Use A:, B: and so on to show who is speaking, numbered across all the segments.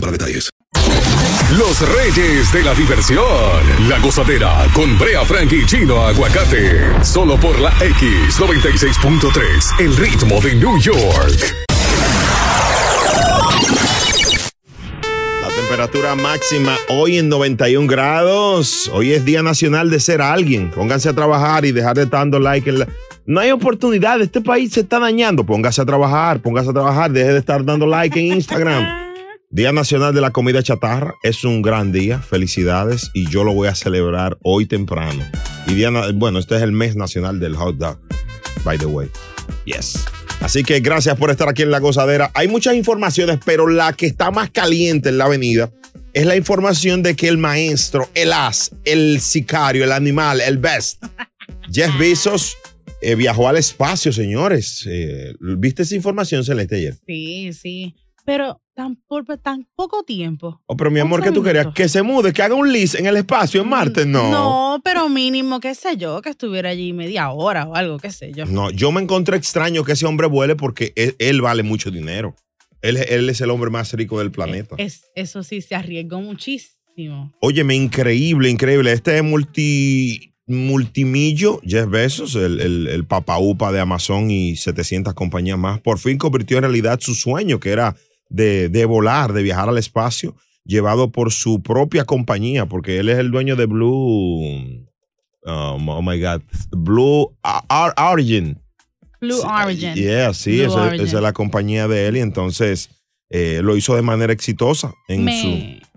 A: para detalles.
B: Los reyes de la diversión. La gozadera con Brea Frank y Chino Aguacate. Solo por la X96.3. El ritmo de New York.
C: La temperatura máxima hoy en 91 grados. Hoy es Día Nacional de Ser Alguien. Pónganse a trabajar y dejar de tanto like. en la- No hay oportunidad. Este país se está dañando. Póngase a trabajar, póngase a trabajar. Deje de estar dando like en Instagram. Día Nacional de la Comida Chatarra. Es un gran día. Felicidades. Y yo lo voy a celebrar hoy temprano. Y día na- bueno, este es el mes nacional del hot dog. By the way. Yes. Así que gracias por estar aquí en La Gozadera. Hay muchas informaciones, pero la que está más caliente en la avenida es la información de que el maestro, el as, el sicario, el animal, el best, Jeff Bezos, eh, viajó al espacio, señores. Eh, ¿Viste esa información, Celeste, ayer?
D: Sí, sí. Pero tan, por tan poco tiempo.
C: Oh, pero mi amor, ¿qué tú querías? Que se mude, que haga un list en el espacio en Marte. No.
D: No, pero mínimo, qué sé yo, que estuviera allí media hora o algo, qué sé yo.
C: No, yo me encontré extraño que ese hombre vuele porque él, él vale mucho dinero. Él, él es el hombre más rico del planeta.
D: Es, eso sí, se arriesgó muchísimo.
C: Óyeme, increíble, increíble. Este es multi, multimillo, Jeff Bezos, el, el, el papa upa de Amazon y 700 compañías más, por fin convirtió en realidad su sueño, que era de, de volar, de viajar al espacio, llevado por su propia compañía, porque él es el dueño de Blue. Oh, oh my God. Blue Ar- Ar- Origin.
D: Blue Origin.
C: ah, Yeah, sí,
D: Blue
C: esa,
D: Origin.
C: esa es la compañía de él y entonces eh, lo hizo de manera exitosa en,
D: Me-
C: su,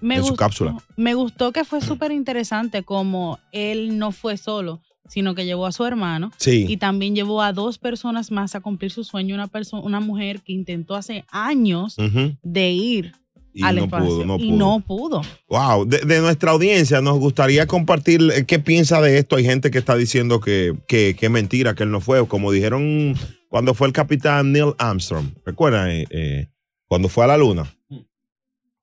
D: me
C: en su
D: gustó.
C: cápsula. Mm.
D: Me gustó que fue súper interesante como él no fue solo, sino que llevó a su hermano.
C: Sí.
D: Y también llevó a dos personas más a cumplir su sueño. Una, perso- una mujer que intentó hace años
C: Ujú.
D: de ir
C: Y
D: al
C: no
D: espacio
C: pudo, no
D: y
C: pudo.
D: no pudo.
C: Wow, de, de nuestra audiencia nos gustaría compartir eh, qué piensa de esto. Hay gente que está diciendo que, que, que es mentira, que él no fue. Como dijeron cuando fue el capitán Neil Armstrong. ¿Recuerdan? Eh, eh, cuando fue a la luna.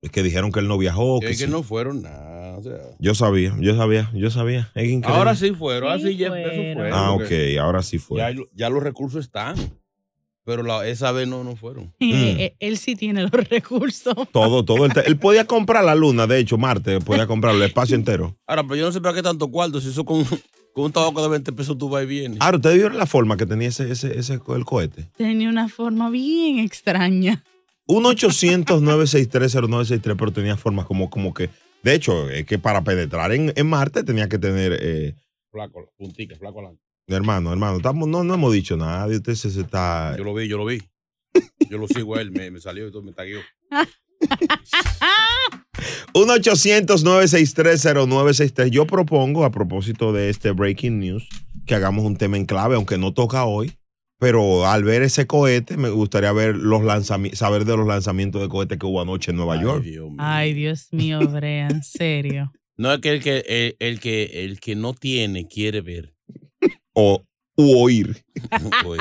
C: Es que dijeron que él no viajó.
E: Y
C: Oh, que
E: es
C: sí.
E: Mm. que no fueron nada. o sea.
C: Yo sabía, yo sabía, yo sabía. Es increíble.
E: ahora sí fueron, ahora sí,
D: Sí
E: Jeff Bezos fue.
C: Ah, ok,
E: porque
C: ahora sí fue.
E: Ya, hay- ya los recursos están. Pero la- esa vez no, no fueron.
D: Eh, él sí tiene los recursos.
C: Todo, todo. Él, te- él podía comprar la luna, de hecho, Marte, podía comprar el espacio entero.
E: Ahora, pero yo no sé para qué tanto cuarto. Si eso con, con un tabaco de 20 pesos tú vas y vienes.
C: Ahora, ¿ustedes vieron la forma que tenía ese, ese, ese co- el cohete?
D: Tenía una forma bien extraña.
C: 1-800-963-0963, pero tenía formas como, como que. De hecho, es que para penetrar en, en Marte tenía que tener. eh,
E: Flaco, puntica, flaco adelante.
C: hermano, hermano, estamos, no, no hemos dicho nada. y Usted se, se está.
E: Yo lo vi, yo lo vi. Yo lo sigo a él, me, me salió y todo, me tagueó.
C: 1-800-963-0963. Yo propongo, a propósito de este Breaking News, que hagamos un tema en clave, aunque no toca hoy. Pero al ver ese cohete, me gustaría ver los lanzami- saber de los lanzamientos de cohetes que hubo anoche en Nueva
E: Ay,
C: York.
E: Dios mío.
D: Ay, Dios mío, Brea, en serio.
E: No es que el que, el, el que el que no tiene quiere ver.
C: O u oír.
E: Pues sí, pues.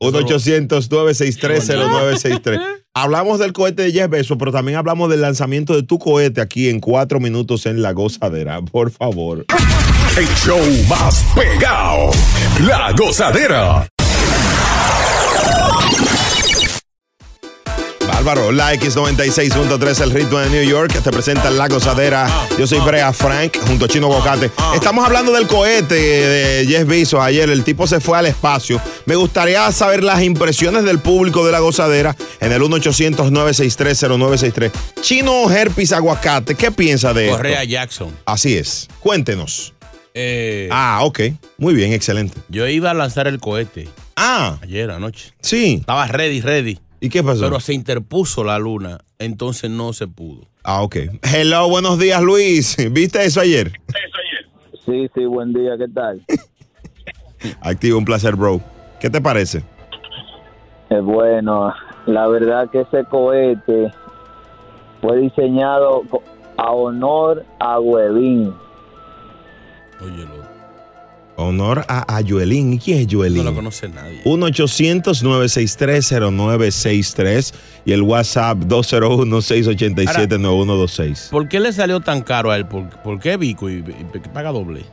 C: 1-800-963-0963. Hablamos del cohete de Jeff Bezos, pero también hablamos del lanzamiento de tu cohete aquí en cuatro minutos en La Gozadera. Por favor.
B: El show más pegado. La gozadera.
C: Álvaro, la X96.3, el ritmo de New York, te presenta La Gozadera. Yo soy Brea Frank, junto a Chino Bocate. Estamos hablando del cohete de Jeff Bezos ayer. El tipo se fue al espacio. Me gustaría saber las impresiones del público de La Gozadera en el 1-800-963-0963. Chino Herpes Aguacate, ¿qué piensa de esto?
E: Correa Jackson.
C: Así es. Cuéntenos.
E: Eh,
C: Ah, ok. Muy bien, excelente.
E: Yo iba a lanzar el cohete
C: Ah,
E: ayer anoche.
C: sí.
E: Estaba ready, ready.
C: ¿Y qué pasó?
E: Pero se interpuso la luna, entonces no se pudo.
C: Ah, ok. Hello, buenos días, Luis. ¿Viste eso ayer?
F: Sí, sí, buen día, ¿qué tal?
C: Activo, un placer, bro. ¿Qué te parece?
F: Eh, bueno, la verdad que ese cohete fue diseñado co- a honor a Huevín.
E: Óyelo,
C: Honor a, a Joelín. ¿Y quién es
E: no lo
C: Joelín?
E: conoce nadie.
C: 1-800-963-0963 y el WhatsApp 201-687-9126.
E: ¿Por qué le salió tan caro a él? ¿Por, por qué Vico y, y que paga doble?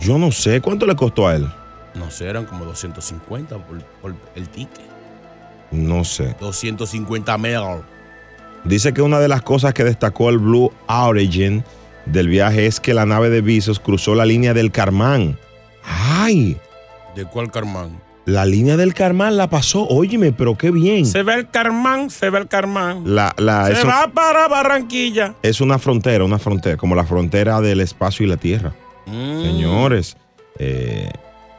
C: Yo no sé cuánto le costó a él.
E: No sé, eran como 250 por, por el ticket.
C: No sé.
E: 250 mil.
C: Dice que una de las cosas que destacó el Blue Origin del viaje es que la nave de Visos cruzó la línea del Carmán. ¡Ay!
E: ¿De cuál Carmán?
C: La línea del Carmán la pasó. Óyeme, pero qué bien.
E: Se ve el Carmán, se ve el Carmán.
C: La, Mm. la,
E: se
C: eso-
E: va para Barranquilla.
C: es una frontera, una frontera, como la frontera del espacio y la tierra. Señores, eh,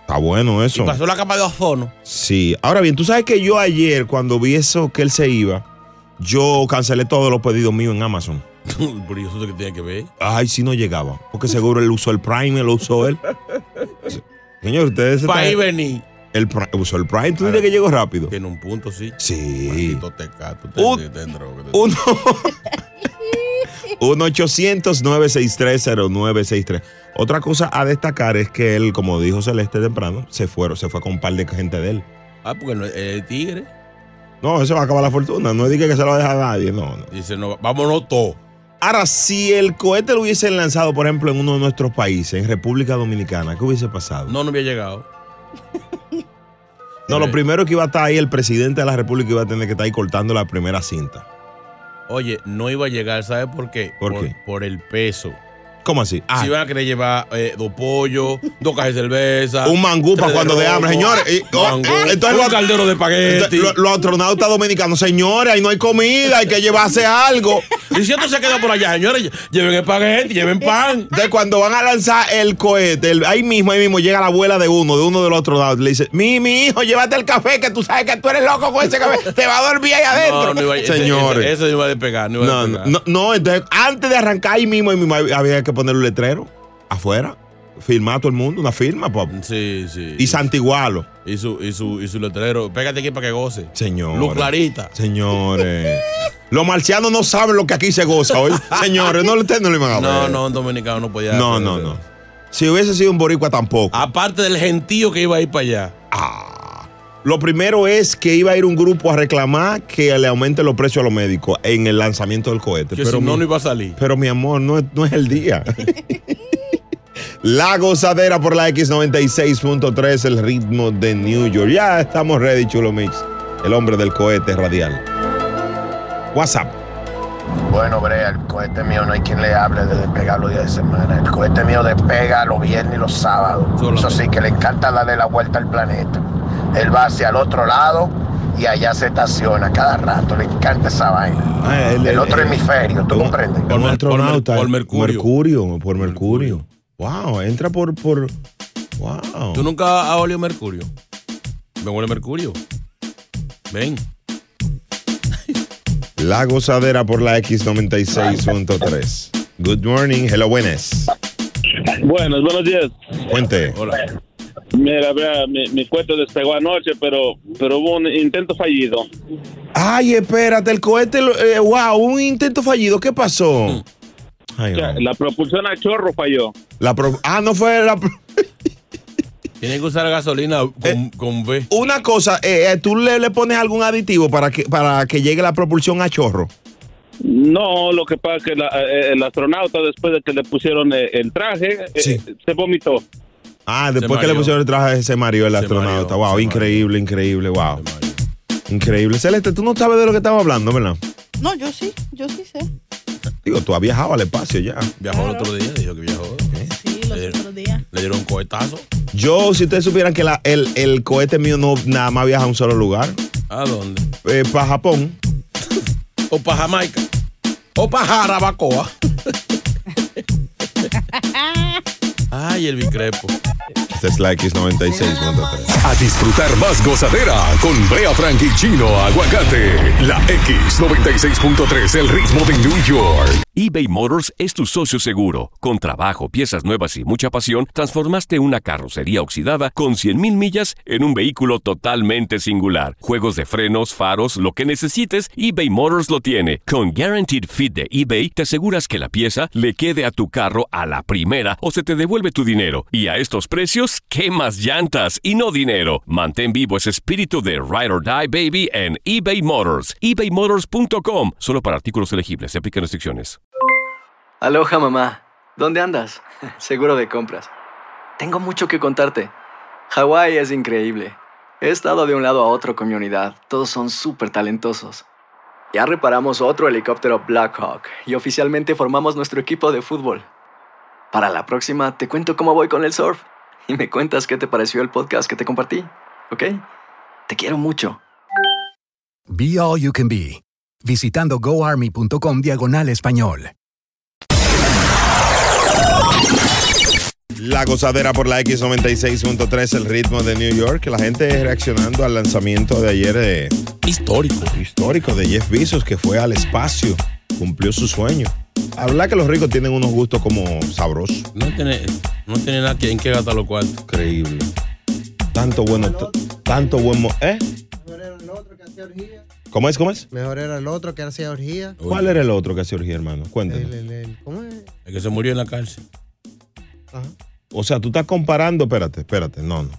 C: está bueno
E: Mm. Y
C: eso.
E: pasó la capa de ozono.
C: Sí. Ahora bien, tú sabes que yo ayer, cuando vi eso que él se iba, yo cancelé todos los pedidos míos en Amazon.
E: Por eso es lo que tiene que ver.
C: Ay, si no llegaba. Porque seguro él usó el Prime, lo usó él. Señor, ustedes.
E: Para ahí
C: están-
E: venir.
C: el, Pri- usó el Prime. ¿Tú dices que llegó rápido?
E: Tiene un punto, sí.
C: Sí.
E: Maldito tecato, te-
C: Un-
E: te- te droga, te-
C: 1-800-963-0963. Otra cosa a destacar es que él, como dijo Celeste temprano, se fueron, se fue con un par de gente de él.
E: Ah, porque no- el tigre
C: No, eso va a acabar la fortuna. No diga que se lo deja a nadie. No, no.
E: dice, no, vámonos todos.
C: Ahora, si el cohete lo hubiesen lanzado, por ejemplo, en uno de nuestros países, en República Dominicana, ¿qué hubiese pasado?
E: No, no había llegado.
C: No, lo primero que iba a estar ahí, el presidente de la República iba a tener que estar ahí cortando la primera cinta.
E: Oye, no iba a llegar, ¿sabes por qué?
C: ¿Por qué?
E: Por el peso.
C: ¿Cómo así? Ah,
E: Si van a querer llevar eh, dos pollos, dos cajas de cerveza.
C: un mangú para
E: ah, tres
C: cuando de hambre,
E: romo,
C: señores. Y- oh,
E: mangú,
C: entonces
E: un
C: lo-
E: caldero de espagueti.
C: Entonces, lo- Los astronautas dominicanos, señores, ahí no hay comida, hay que llevarse algo.
E: Y si esto se queda por allá, señores, lle- lleven espagueti, lleven pan.
C: Entonces, cuando van a lanzar el cohete, el- ahí mismo, ahí mismo llega la abuela de uno, de uno de los astronautas, le dice: Mi, mi hijo, llévate el café, que tú sabes que tú eres loco con ese café, te va a dormir ahí adentro.
E: No, no iba a-
C: señores.
E: Eso iba a despegar, no iba a
C: no, no,
E: despegar.
C: no, no, entonces, antes de arrancar ahí mismo, ahí mismo había que poner un letrero afuera, firmar a todo el mundo, una firma, pa-
E: Sí, sí.
C: y santiguarlo.
E: Y su, y su, y su letrero. Pégate aquí para que goce.
C: Señores.
E: Luz clarita.
C: Señores. Los marcianos no saben lo que aquí se goza hoy. Señores, no, ustedes no lo iban a
E: No,
C: ver.
E: no, un dominicano no podía.
C: Ah, No, no, no. Si hubiese sido un boricua tampoco. Ah,
E: Aparte del gentío que iba a ir para allá.
C: Lo primero es que iba a ir un grupo a reclamar que le aumenten los precios a los médicos en el lanzamiento del cohete.
E: Que
C: Pero,
E: si no,
C: mi,
E: no iba a salir.
C: pero mi amor, no es, no es el día. la gozadera por la X96.3, el ritmo de New York. Ya estamos ready, Chulo Mix. El hombre del cohete radial. WhatsApp.
G: Bueno, Brea, el cohete mío no hay quien le hable de despegar los días de semana. El cohete mío despega los viernes y los sábados.
E: Solamente.
G: Eso sí, que le encanta darle la vuelta al planeta. Él va hacia el otro lado y allá se estaciona cada rato. Le encanta esa vaina.
C: Ah,
G: El otro hemisferio, ¿tú
C: el-
G: comprendes?
C: Por,
E: Por mer-
C: astronauta.
E: por mer- por
C: Mercurio, por Mercurio. Wow, entra por. por wow.
E: ¿Tú nunca has olido mercurio? Me huele mercurio. Ven.
C: La gozadera por la X96.3. Good morning, hello, buenas.
H: Buenos, buenos días.
C: Cuente.
E: Hola.
H: Mira, vea, mi, mi cohete despegó anoche, pero, pero hubo un intento fallido.
C: Ay, espérate, el cohete. lo- eh, wow, un intento fallido. ¿Qué pasó? Ay,
H: O sea,
C: no.
H: la propulsión a chorro falló.
C: La pro- ah, no fue la. pro-
E: Tienen que usar gasolina con,
C: Eh.
E: con B.
C: Una cosa, eh, eh, ¿tú le, le pones algún aditivo para que, para que llegue la propulsión a chorro?
H: No, lo que pasa es que la- eh, el astronauta, después de que le pusieron eh, el traje, eh,
C: Sí.
H: se vomitó.
C: Ah, después que le
E: mareó.
C: pusieron el traje, se mareó el
E: Se
C: astronauta.
E: mareó,
C: wow,
E: se
C: increíble, increíble, wow. Increíble. Celeste, tú no sabes de lo que estamos hablando, ¿verdad?
I: No, yo sí, yo sí sé.
C: Digo, tú has viajado al espacio ya.
E: Viajó el otro día, dijo que viajó.
I: Sí,
E: los otros días. Le dieron un cohetazo.
C: Yo, si ustedes supieran que la- el, el cohete mío no nada más viaja a un solo lugar,
E: ¿A dónde?
C: para Japón.
E: O para Jamaica. O para Jarabacoa. Ay, el bicrepo.
C: Esta es la X96.3.
B: A disfrutar más gozadera con Brea Frank y Chino Aguacate. La X96.3, el ritmo de New York.
J: eBay Motors es tu socio seguro. Con trabajo, piezas nuevas y mucha pasión, transformaste una carrocería oxidada con 100.000 millas en un vehículo totalmente singular. Juegos de frenos, faros, lo que necesites, eBay Motors lo tiene. Con Guaranteed Fit de eBay, te aseguras que la pieza le quede a tu carro a la primera o se te devuelve tu dinero. Y a estos precios, ¿qué más llantas y no dinero? Mantén vivo ese espíritu de Ride or Die Baby en eBay Motors. ebaymotors.com. Solo para artículos elegibles. Se aplican restricciones.
K: Aloha mamá, ¿dónde andas? Seguro de compras. Tengo mucho que contarte. Hawái es increíble. He estado de un lado a otro con mi unidad. Todos son súper talentosos. Ya reparamos otro helicóptero Blackhawk y oficialmente formamos nuestro equipo de fútbol. Para la próxima te cuento cómo voy con el surf y me cuentas qué te pareció el podcast que te compartí, ¿ok? Te quiero mucho.
L: Be All You Can Be, visitando goarmy.com diagonal español.
C: La gozadera por la X96.3, el ritmo de New York. La gente reaccionando al lanzamiento de ayer. eh,
E: histórico.
C: Histórico de Jeff Bezos, que fue al espacio. Cumplió su sueño. La verdad que los ricos tienen unos gustos como sabrosos.
E: No tiene, no tiene nada que, en qué gastar los cuartos.
C: Increíble. Tanto bueno, tanto buen... mo- ¿Eh? ¿Cómo es? ¿Cómo es?
M: Mejor era el otro que hacía orgía.
C: ¿Cuál era el otro que hacía orgía, hermano? Cuéntame.
M: El, el- el- ¿Cómo es?
E: El que se murió en la cárcel.
C: O sea, tú estás comparando, espérate, espérate, no, no.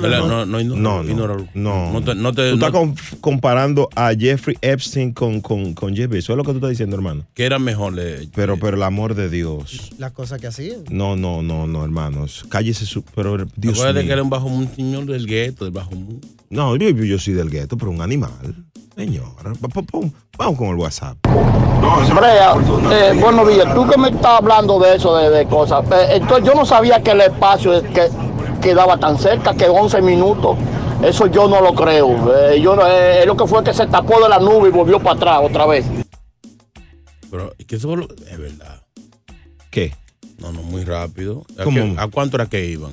E: ¿Verdad? No, no, no,
C: no,
E: ignóralo.
C: no.
E: No te- no te-
C: tú estás
E: no-
C: conf- comparando a Jeffrey Epstein con, con, con Jeff Bezos. Eso es lo que tú estás diciendo, hermano.
E: Que era mejor. le-
C: Pero, pero el amor de Dios.
M: Las cosas que hacía.
C: No, no, no, no, hermanos. Cállese su. Pero Dios
E: Acuérdate que
C: mío.
E: era un bajo mundo, un señor del gueto, del bajo mundo.
C: No, yo, yo soy del gueto, pero un animal. Señora. pa- pa- pum. Vamos con el WhatsApp.
N: Brea, eh, buenos días. Tú que me estás hablando de eso, de, de cosas. Eh, entonces, yo no sabía que el espacio es que quedaba tan cerca, que 11 minutos. Eso yo no lo creo. Eh, yo no- eh, lo que fue que se tapó de la nube y volvió para atrás otra vez.
E: Pero es que eso fue lo- es verdad.
C: ¿Qué?
E: No, no, muy rápido. ¿A,
C: ¿Cómo?
E: qué- a cuánto era que iban?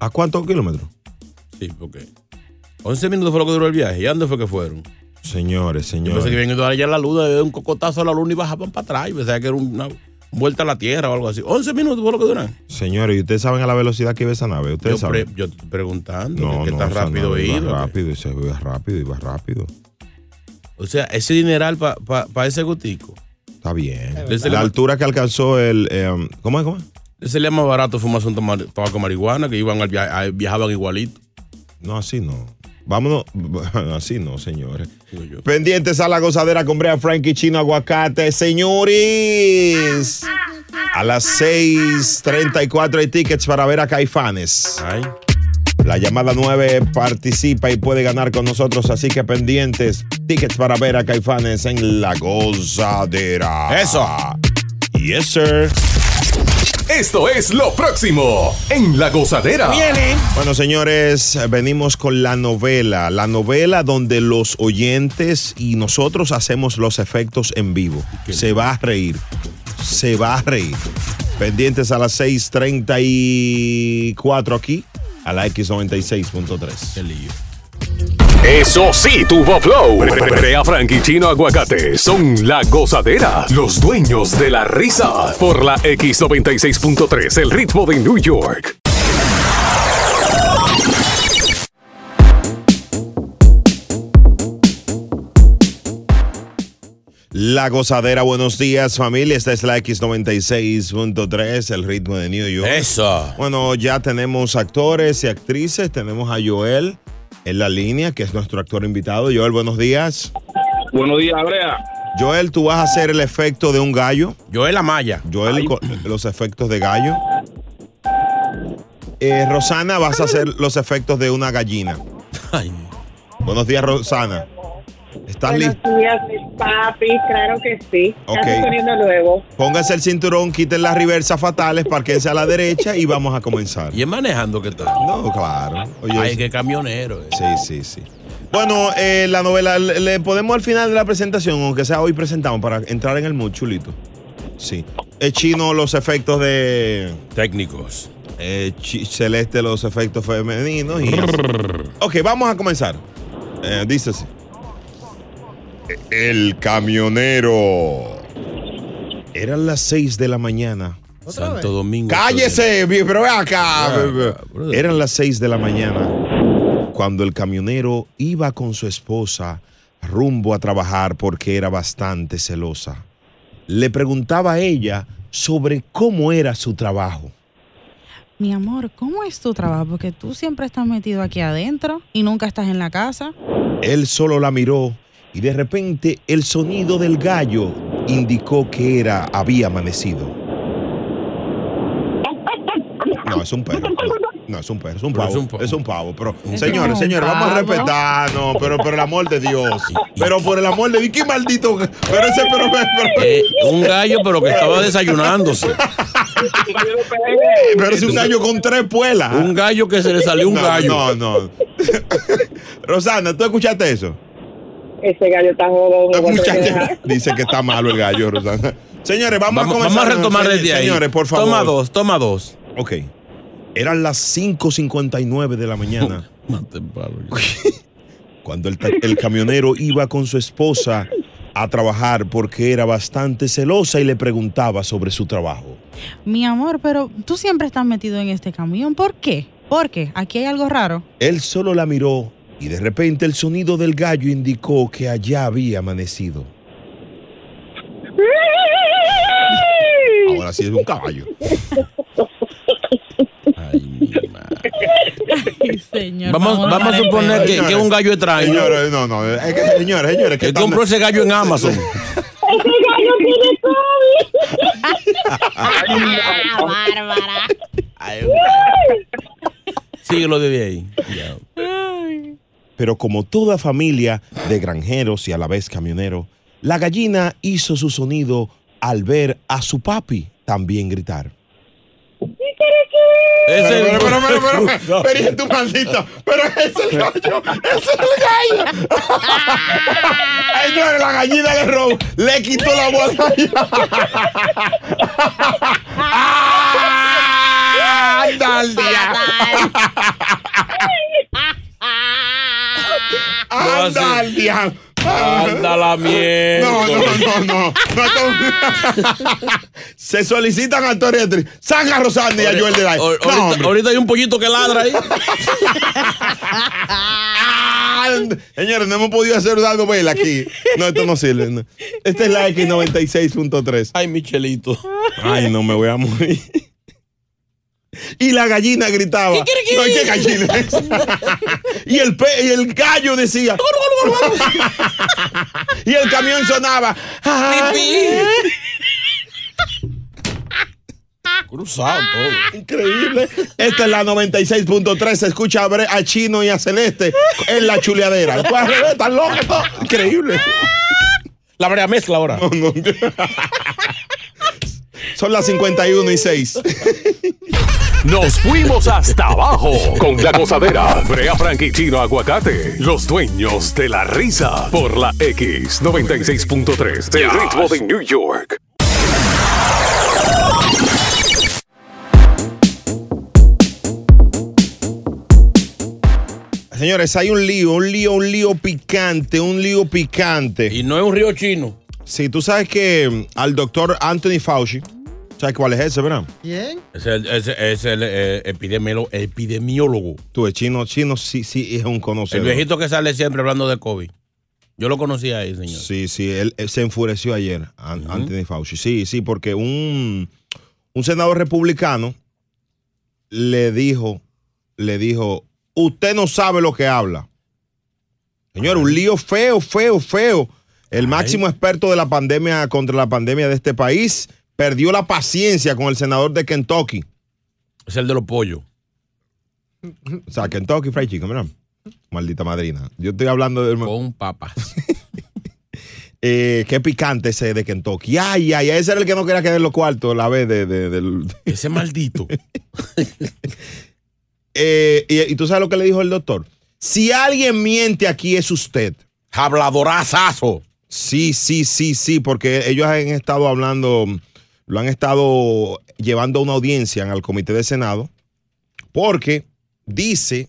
C: ¿A cuántos kilómetros?
E: Sí, porque 11 minutos fue lo que duró el viaje. ¿Y a dónde fue que fueron?
C: Señores,
E: Yo pensé que
C: señores.
E: habían ido allá a la luna, de un cocotazo a la luna y bajaban para atrás. Y pensaba que era una vuelta a la Tierra o algo así. 11 minutos fue lo que duran.
C: Señores, ¿y ustedes saben a la velocidad que iba esa nave? Ustedes
E: Yo,
C: saben.
E: pre- yo estoy preguntando
C: No,
E: que
C: no,
E: tan
C: esa
E: rápido
C: nave iba
E: iba.
C: rápido, y se iba rápido, iba rápido.
E: O sea, ese dineral para ese gotico.
C: Está bien.
E: Desde
C: la
E: la-
C: altura que alcanzó el. eh, ¿Cómo es? ¿Cómo es?
E: Ese le más barato fumarse un toma- tabaco marihuana, que iban al via- a- viajaban igualito.
C: No, así no. Vámonos. Así no, señores. Pendientes a la gozadera con Brea Frankie Chino Aguacate. Señores, a las 6:34 hay tickets para ver a Caifanes. La llamada 9 participa y puede ganar con nosotros, así que pendientes. Tickets para ver a Caifanes en la gozadera. Eso. Yes, sir.
B: Esto es lo próximo en La Gozadera.
C: Bueno, señores, venimos con la novela. La novela donde los oyentes y nosotros hacemos los efectos en vivo. Se va a reír. Se va a reír. Pendientes a las 6:34 aquí, a la X96.3.
B: Eso sí, tuvo flow. Brea Frank y Chino Aguacate son La Gozadera, los dueños de la risa. Por la X96.3, el ritmo de New York.
C: La gozadera, buenos días familia. Esta es la X96.3, el ritmo de New York.
E: Eso.
C: Bueno, ya tenemos actores y actrices. Tenemos a Joel en la línea, que es nuestro actor invitado. Joel, buenos días.
H: Buenos días, Brea.
C: Joel, tú vas a hacer el efecto de un gallo.
E: Joel Amaya.
C: Joel, co- los efectos de gallo. Eh, Rosana, vas a hacer los efectos de una gallina. Buenos días, Rosana. ¿Estás lista?
O: Buenos días, mis papi, claro que sí.
C: Ok.
O: Estamos poniendo nuevo.
C: Póngase el cinturón, quiten las reversas fatales, parquense a la derecha y vamos a comenzar.
E: ¿Y es manejando que tal?
C: No, claro. Oye,
E: Ay,
C: es-
E: qué camionero. eh.
C: Sí, sí, sí. Bueno, eh, la novela, le le podemos al final de la presentación, aunque sea hoy presentamos, para entrar en el mood, chulito. Sí. Es chino los efectos de.
E: Técnicos.
C: celeste los efectos femeninos. y- ok, vamos a comenzar. Eh, dice así: El camionero. Eran las 6 de la mañana.
E: Santo Domingo.
C: Eh,
E: Ah,
C: ¡Cállese, vi- pero ve acá! Eran las 6 de la mañana cuando el camionero iba con su esposa rumbo a trabajar porque era bastante celosa. Le preguntaba a ella sobre cómo era su trabajo.
D: Mi amor, ¿cómo es tu trabajo? Porque tú siempre estás metido aquí adentro y nunca estás en la casa.
C: Él solo la miró y de repente el sonido del gallo indicó que era había amanecido. No, es un perro. No, No, es un perro, es un
E: Pero
C: pavo.
E: es
C: Es un
E: un
C: pavo, pero
E: Es
C: señores,
E: un
C: señores, vamos a
E: pavo.
C: respetarnos, pero por el amor de Dios. Pero por el amor de Dios, qué maldito. Pero ese pero, pero-
E: Eh, un gallo, pero que estaba desayunándose.
O: Pues,
C: Pero es un gallo con tres puelas.
E: Un gallo que se le salió un
C: No, No,
E: gallo.
C: no. Rosana, ¿tú escuchaste eso?
O: Ese gallo está jodón. lo voy a tener que
C: Ah,
O: dejar.
C: Muchacha, dice que está malo el gallo, Rosana. Señores, vamos,
E: Vamos-
C: a comenzar.
E: vamos a retomar
C: Señores,
E: desde ahí.
C: Señores, por favor.
E: Toma dos, toma dos.
C: Ok. Eran las 5.59 de la mañana. Cuando el, ta- el camionero iba con su esposa a trabajar porque era bastante celosa y le preguntaba sobre su trabajo.
D: Mi amor, pero tú siempre estás metido en este camión. ¿Por qué? Porque aquí hay algo raro.
C: Él solo la miró y de repente el sonido del gallo indicó que allá había amanecido. Ahora sí es un caballo.
D: Señor,
E: Vamos, vamos a suponer que,
C: Señores,
E: que un gallo extraño.
C: Señores, no, no. Es que, señores, señores.
E: Que compró ese gallo en Amazon.
O: Ese gallo tiene
E: Síguelo desde ahí.
C: Pero como toda familia de granjeros y a la vez camionero, la gallina hizo su sonido al ver a su papi también gritar.
E: Ese-
C: Pero, pero, pero, pero, pero, pero, y tú, maldito, pero es el gallo, es el gallo. Señores, la gallina le robó, le quitó la bolsa. ¡Anda al día! ¡Anda al día!
E: Anda la mierda.
C: No, no, no, no. no esto- Se solicitan actores y actrices. Saca a Rosana y a Joel de la.
E: Ahor- ahorita, ahorita hay un pollito que ladra ahí.
C: Señores, no hemos podido hacer una novela aquí. No, esto no sirve. no. Esta es la X96.3.
E: Ay, Michelito.
C: Ay, no, me voy a morir. Y la gallina gritaba.
E: Kikiriki.
C: No, ¿y ¿qué gallina es? y, el pe- y el gallo decía. y el camión sonaba. Ay.
E: Cruzado todo.
C: Increíble. Esta es la 96.3. Se escucha a, Bre- a Chino y a Celeste en la chuleadera. Tú al revés, estás loco, no? Increíble.
E: La brea mezcla ahora.
C: No, no. Son las 51 y 6.
B: Nos fuimos hasta abajo con la gozadera. Brea Frank y Chino Aguacate, los dueños de la risa por la X96.3 del ritmo de New York.
C: Señores, hay un lío, un lío, un lío picante, un lío picante.
E: Y no es un río chino.
C: Sí, tú sabes que mm, al doctor Anthony Fauci, ¿sabes cuál es ese, verdad?
M: ¿Quién?
E: Es el, es, es el eh, epidemiólogo, epidemiólogo.
C: Tú, el chino, chino sí, sí es un
E: El
C: conocedor.
E: viejito que sale siempre hablando de COVID. Yo lo conocía ahí, señor.
C: Sí, sí, él, él se enfureció ayer, An- Anthony Fauci. Sí, sí, porque un, un senador republicano le dijo, le dijo, usted no sabe lo que habla. Señor, un lío feo, feo, feo. El máximo experto de la pandemia contra la pandemia de este país perdió la paciencia con el senador de Kentucky.
E: Es el de los pollos.
C: O sea, Kentucky Fried Chicken, ¿verdad? Maldita madrina. Yo estoy hablando de. Con papas. Eh, qué picante ese de Kentucky. Ay, ay, ese era el que no quería quedar en los cuartos la vez de, de- del. Ese maldito. Eh, y, y tú sabes lo que le dijo el doctor. Si alguien miente aquí es usted. Habladorazazo. Sí, sí, sí, sí, porque ellos han estado hablando, lo han estado llevando a una audiencia en el comité de Senado, porque dice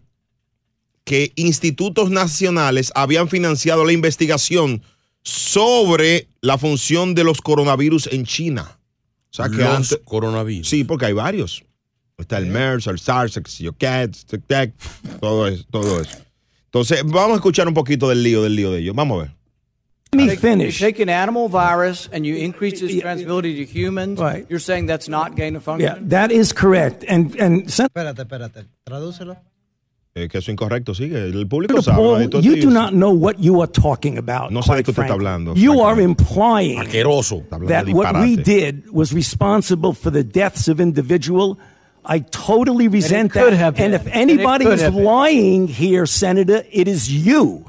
C: que institutos nacionales habían financiado la investigación sobre la función de los coronavirus en China. O sea que
E: Los
C: coronavirus. Sí, porque hay varios. Está el MERS, el SARS, el qué sé yo qué, el tic tac, todo eso, todo eso. Entonces, vamos a escuchar un poquito del lío, del lío de ellos. Vamos a ver.
P: Let me finish. You take an animal virus and you increase its transmissibility to humans.
Q: Right.
P: You're saying that's not gain of
Q: Yeah,
P: function?
Q: that is correct. And and sen-
M: Espérate, espérate. Tradúcelo.
C: Eh, que eso es incorrecto, sí, que el público sabe. ¿no?
Q: Paul,
C: Esto
Q: you
C: sí,
Q: do not know what you are talking about.
C: No sabe de
Q: quite
C: qué usted está
Q: frankly.
C: hablando, Ah,
Q: You are implying
E: Asqueroso.
Q: that what we did was responsible for the deaths of individual. I totally resent
P: could
Q: that.
P: have
Q: and
P: been.
Q: if
P: And it
Q: anybody
P: could
Q: is
P: have been.
Q: lying here, Senator, it is you.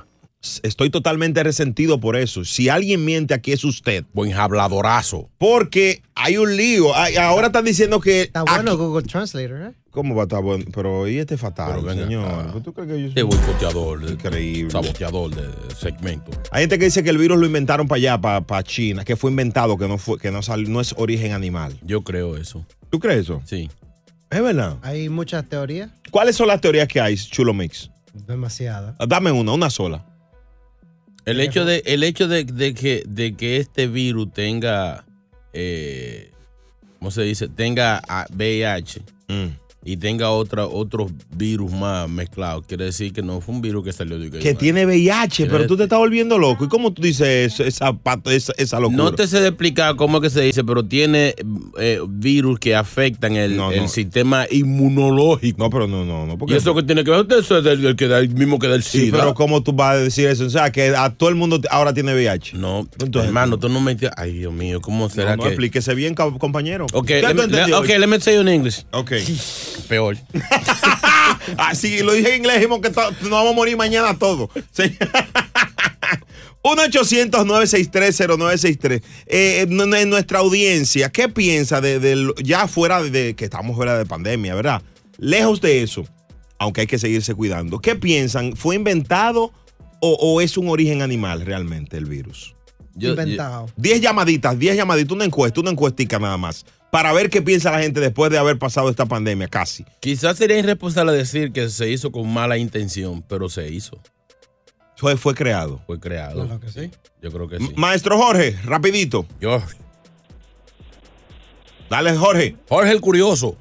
C: Estoy totalmente resentido por eso. Si alguien miente aquí es usted. Buen habladorazo. Porque hay un lío. Ay, Ahora están diciendo que. Está
M: bueno Google Translator, ¿eh?
C: ¿Cómo va a estar bueno? Pero y este fatal, señor. ¿Tú crees que yo soy boicoteador? Increíble.
E: Saboteador de segmento.
C: Hay gente que dice que el virus lo inventaron para allá, para, para China, que fue inventado, que no fue, que no, sal- no es origen animal.
E: Yo creo eso.
C: ¿Tú crees eso?
E: Sí.
C: Es verdad.
M: Hay muchas teorías.
C: ¿Cuáles son las teorías que hay, Chulo Mix?
M: Demasiadas.
C: Dame una, una sola.
E: El hecho de, el hecho de, de que, de que este virus tenga, eh, ¿cómo se dice? Tenga ah, VIH
C: Mm.
E: y tenga otra, otros virus más mezclados. Quiere decir que no fue un virus que salió de
C: Que tiene VIH, pero
E: Tiene-
C: tú te estás volviendo loco. ¿Y cómo tú dices eso, esa, pat- esa, esa locura?
E: No te sé de explicar cómo es que se dice, pero tiene eh, virus que afectan el,
C: No, no.
E: el sistema inmunológico.
C: No, pero no, no, no.
E: ¿Y eso que tiene que ver? Usted es el, el que da- el mismo que da el SIDA.
C: Sí, pero ¿cómo tú vas a decir eso? O sea, que a todo el mundo te- ahora tiene VIH.
E: No, hermano, tú no me entiendes. Ay, Dios mío, ¿cómo será
C: no,
E: que...?
C: explíquese bien, ca- compañero.
E: Ok,
C: ¿Qué
E: let
C: tú
E: me, le-
C: entendió?
E: ok, let me say it in English.
C: Ok.
E: Peor.
C: Ah, sí, lo dije en inglés, dijimos que to- nos vamos a morir mañana todos. Sí. 1-800-963-0963. Eh, en- en nuestra audiencia, ¿qué piensa de, de- ya fuera de, de que estamos fuera de pandemia, verdad? Lejos de eso, aunque hay que seguirse cuidando. ¿Qué piensan? ¿Fue inventado o, o es un origen animal realmente el virus?
M: Yo- Inventado. yo-
C: 10 llamaditas, 10 llamaditas, una encuesta, una encuestica nada más. Para ver qué piensa la gente después de haber pasado esta pandemia, casi.
E: Quizás sería irresponsable decir que se hizo con mala intención, pero se hizo.
C: Fue, fue creado. Mm.
E: Fue creado.
M: que sí.
E: Yo creo que sí.
C: Maestro Jorge, rapidito.
E: Yo.
C: Dale, Jorge.
E: Jorge el Curioso.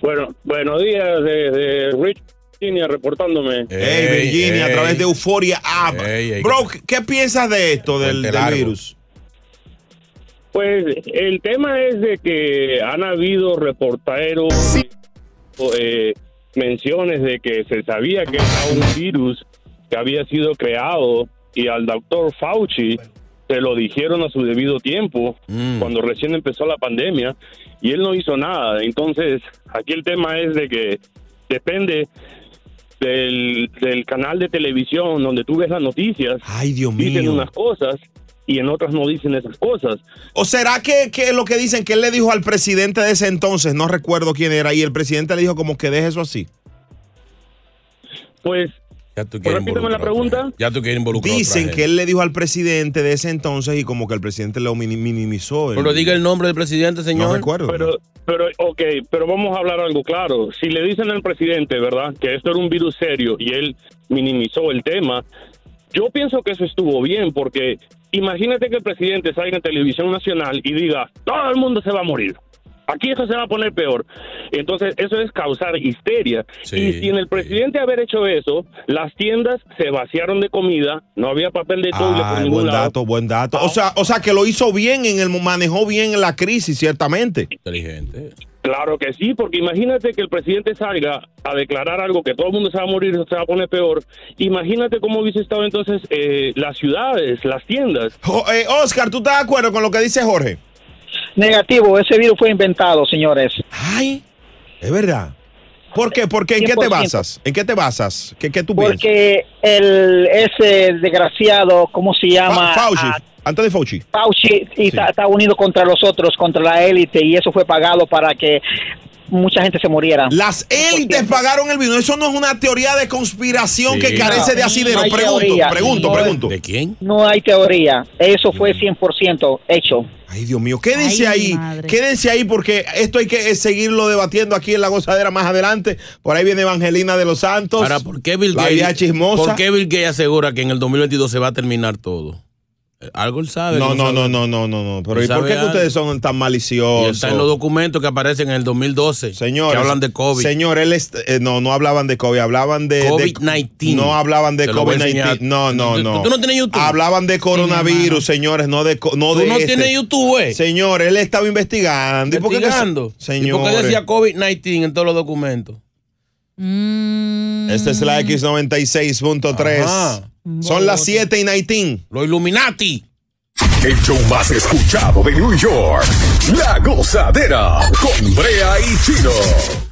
H: Bueno, buenos días desde Rich, Virginia, reportándome.
C: Hey, Virginia, a través de Euforia App. Bro, ¿qué- ¿qué piensas de esto, del, del virus?
H: Pues el tema es de que han habido reporteros, eh, menciones de que se sabía que era un virus que había sido creado y al doctor Fauci se lo dijeron a su debido tiempo
C: Mm.
H: cuando recién empezó la pandemia y él no hizo nada. Entonces, aquí el tema es de que depende del, del canal de televisión donde tú ves las noticias.
C: Ay, Dios
H: Dicen
C: mío.
H: unas cosas y en otras no dicen esas cosas.
C: ¿O será que, que lo que dicen que él le dijo al presidente de ese entonces, no recuerdo quién era, y el presidente le dijo como que deje eso así?
H: Pues,
E: Ya tú quieres
H: repítame la pregunta.
E: Ya tú quieres involucrar.
C: Dicen que él le dijo al presidente de ese entonces y como que el presidente lo mini- minimizó. el-
E: Pero diga el nombre del presidente, señor.
C: No recuerdo.
H: Pero, pero, ok, pero vamos a hablar algo claro. Si le dicen al presidente, ¿verdad?, que esto era un virus serio y él minimizó el tema, yo pienso que eso estuvo bien, porque imagínate que el presidente salga en televisión nacional y diga: todo el mundo se va a morir. Aquí eso se va a poner peor. Entonces, eso es causar histeria. y si en el presidente haber hecho eso, las tiendas se vaciaron de comida, no había papel de
C: Ah,
H: toile por
C: Ay,
H: ningún
C: buen
H: lado.
C: dato, buen dato. O sea, o sea que lo hizo bien en el manejó bien la crisis, ciertamente.
E: Inteligente.
H: Claro que sí, porque imagínate que el presidente salga a declarar algo que todo el mundo se va a morir, se va a poner peor. Imagínate cómo hubiese estado entonces eh, las ciudades, las tiendas.
C: Jo- eh, Oscar, ¿tú estás de acuerdo con lo que dice Jorge?
R: Negativo, ese virus fue inventado, señores.
C: Ay, es verdad. ¿Por qué? Porque ¿en qué te
R: 100%.
C: basas? ¿En qué te basas? ¿Qué, qué tú piensas?
R: Porque el, ese desgraciado, ¿cómo se llama?
C: Fa- Fauci,
R: Ah,
C: Anthony Fauci.
R: Fauci y está, está unido contra los otros, contra la élite, y eso fue pagado para que mucha gente se muriera.
C: Las élites pagaron el vino. Eso no es una teoría de conspiración que
R: Sí.
C: carece de
R: No,
C: asidero.
R: no hay
C: Pregunto,
R: teoría.
C: pregunto,
R: No,
C: pregunto.
R: ¿de
E: quién?
R: No hay teoría. Eso fue 100% hecho.
C: Mm. Ay, Dios mío, quédense ahí, quédense ahí porque esto hay que eh, seguirlo debatiendo aquí en la gozadera más adelante. Por ahí viene Evangelina de los Santos.
E: Ahora, ¿por qué Bill
C: La idea
E: Gates?
C: chismosa.
E: ¿Por qué Bill Gates asegura que en el 2022 se va a terminar todo? Eh, Algo él sabe.
C: No,
E: él
C: no,
E: sabe.
C: no, no, no, no, no. Pero ¿y por
E: Él Pues sabe
C: qué que
E: algo.
C: ustedes son tan
E: Y
C: maliciosos?
E: está en los documentos que aparecen en el 2012.
C: Señores,
E: Que hablan de COVID.
C: Señor, él es- eh, no, no hablaban de COVID, hablaban de de-
E: COVID-19.
C: No hablaban de
E: Te lo voy a
C: COVID-19.
E: enseñar.
C: No, no,
E: ¿Tú-
C: no.
E: tú no tienes YouTube?
C: Hablaban de coronavirus, señores, no de co- no
E: Tú
C: de
E: no
C: este.
E: tienes YouTube, güey.
C: Señor, él estaba investigando. ¿Y por qué que-
E: Investigando. ¿Y por qué
C: Señores.
E: decía COVID-19 en todos los documentos?
C: Esta este es la X96.3.
E: Mm. Ajá.
C: Son las 7 y 19.
E: Los Illuminati.
B: El show más escuchado de New York. La gozadera con Brea y Chino.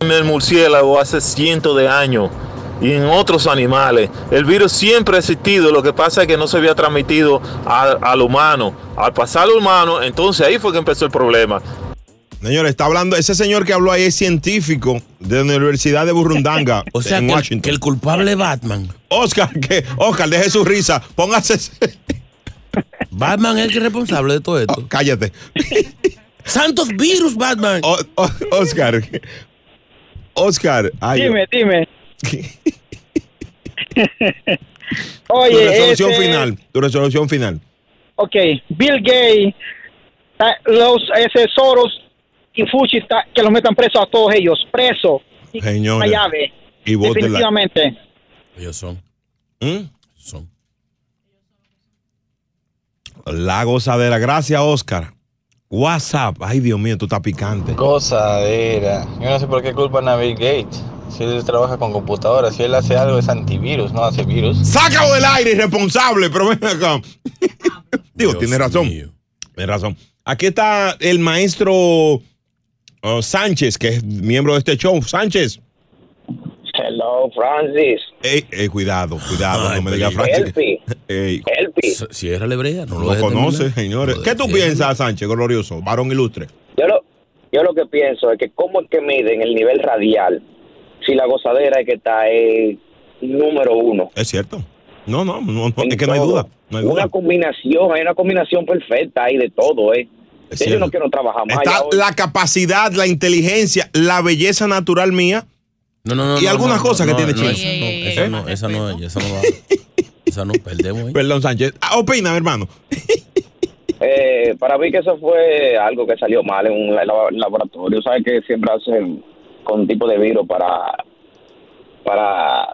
S: el murciélago hace cientos de años y en otros animales. El virus siempre ha existido, lo que pasa es que no se había transmitido a- al humano. Al pasar al humano, entonces ahí fue que empezó el problema.
C: Señor, está hablando, ese señor que habló ahí es científico de la Universidad de Burundanga,
E: O sea,
C: en
E: que el-
C: Washington.
E: que el culpable es Batman.
C: Oscar, que, Oscar, deje su risa, póngase...
E: Batman es el que es responsable de todo esto.
C: Oh, cállate.
E: Santos virus, Batman.
C: Oscar. Oscar, ay,
R: Dime, dime.
C: tu
R: Oye,
C: resolución
R: este-
C: final, tu resolución final.
R: Ok, Bill Gates, ta- los ese Soros y Fuchi ta- que los metan presos a todos ellos, preso. Y
C: Señores,
R: una llave.
C: y voten la-
R: definitivamente.
E: Ellos son.
C: ¿Mm?
E: Son.
C: La gozadera, gracias Oscar. WhatsApp, ay Dios mío, tú estás picante.
T: Gozadera. Yo no sé por qué culpan a Bill Gates. Si él trabaja con computadoras, si él hace algo es antivirus, no hace virus.
C: Sácalo del aire, irresponsable, pero ven acá. Digo, tienes razón. Tienes razón. Aquí está el maestro oh, Sánchez, que es miembro de este show. Sánchez.
U: Hello, Francis.
C: Ey, ey, cuidado, cuidado, no me digas Francis.
U: Helpi.
C: Ey,
E: Cierra la brea, no
C: no
E: lo
C: lo
E: dejes
C: conoce,
E: terminar.
C: señores.
E: No lo
C: ¿Qué tú
E: dejes.
C: piensas, Sánchez, glorioso, varón ilustre?
U: Yo lo, yo lo que pienso es que cómo es que miden el nivel radial si la gozadera es que está eh, número uno.
C: Es cierto. No, no, no, no, es que no hay
U: todo.
C: duda. No hay duda.
U: Una combinación, hay una combinación perfecta ahí de todo, ¿eh?
C: Es
U: Ya yo
C: cierto.
U: no quiero trabajar más.
C: Está
U: ya hoy.
C: la capacidad, la inteligencia, la belleza natural mía. y
E: no,
C: algunas
E: no,
C: cosas
E: no,
C: que tiene
E: no,
C: Chino.
E: esa no, esa
C: ¿Eh?
E: no, esa no, esa no va. Esa no perdemos. ahí.
C: Perdón, Sánchez. Ah, Opina, mi hermano.
U: Eh, para mí que eso fue algo que salió mal en un la- la- laboratorio. Sabes que siempre hacen con tipo de virus para para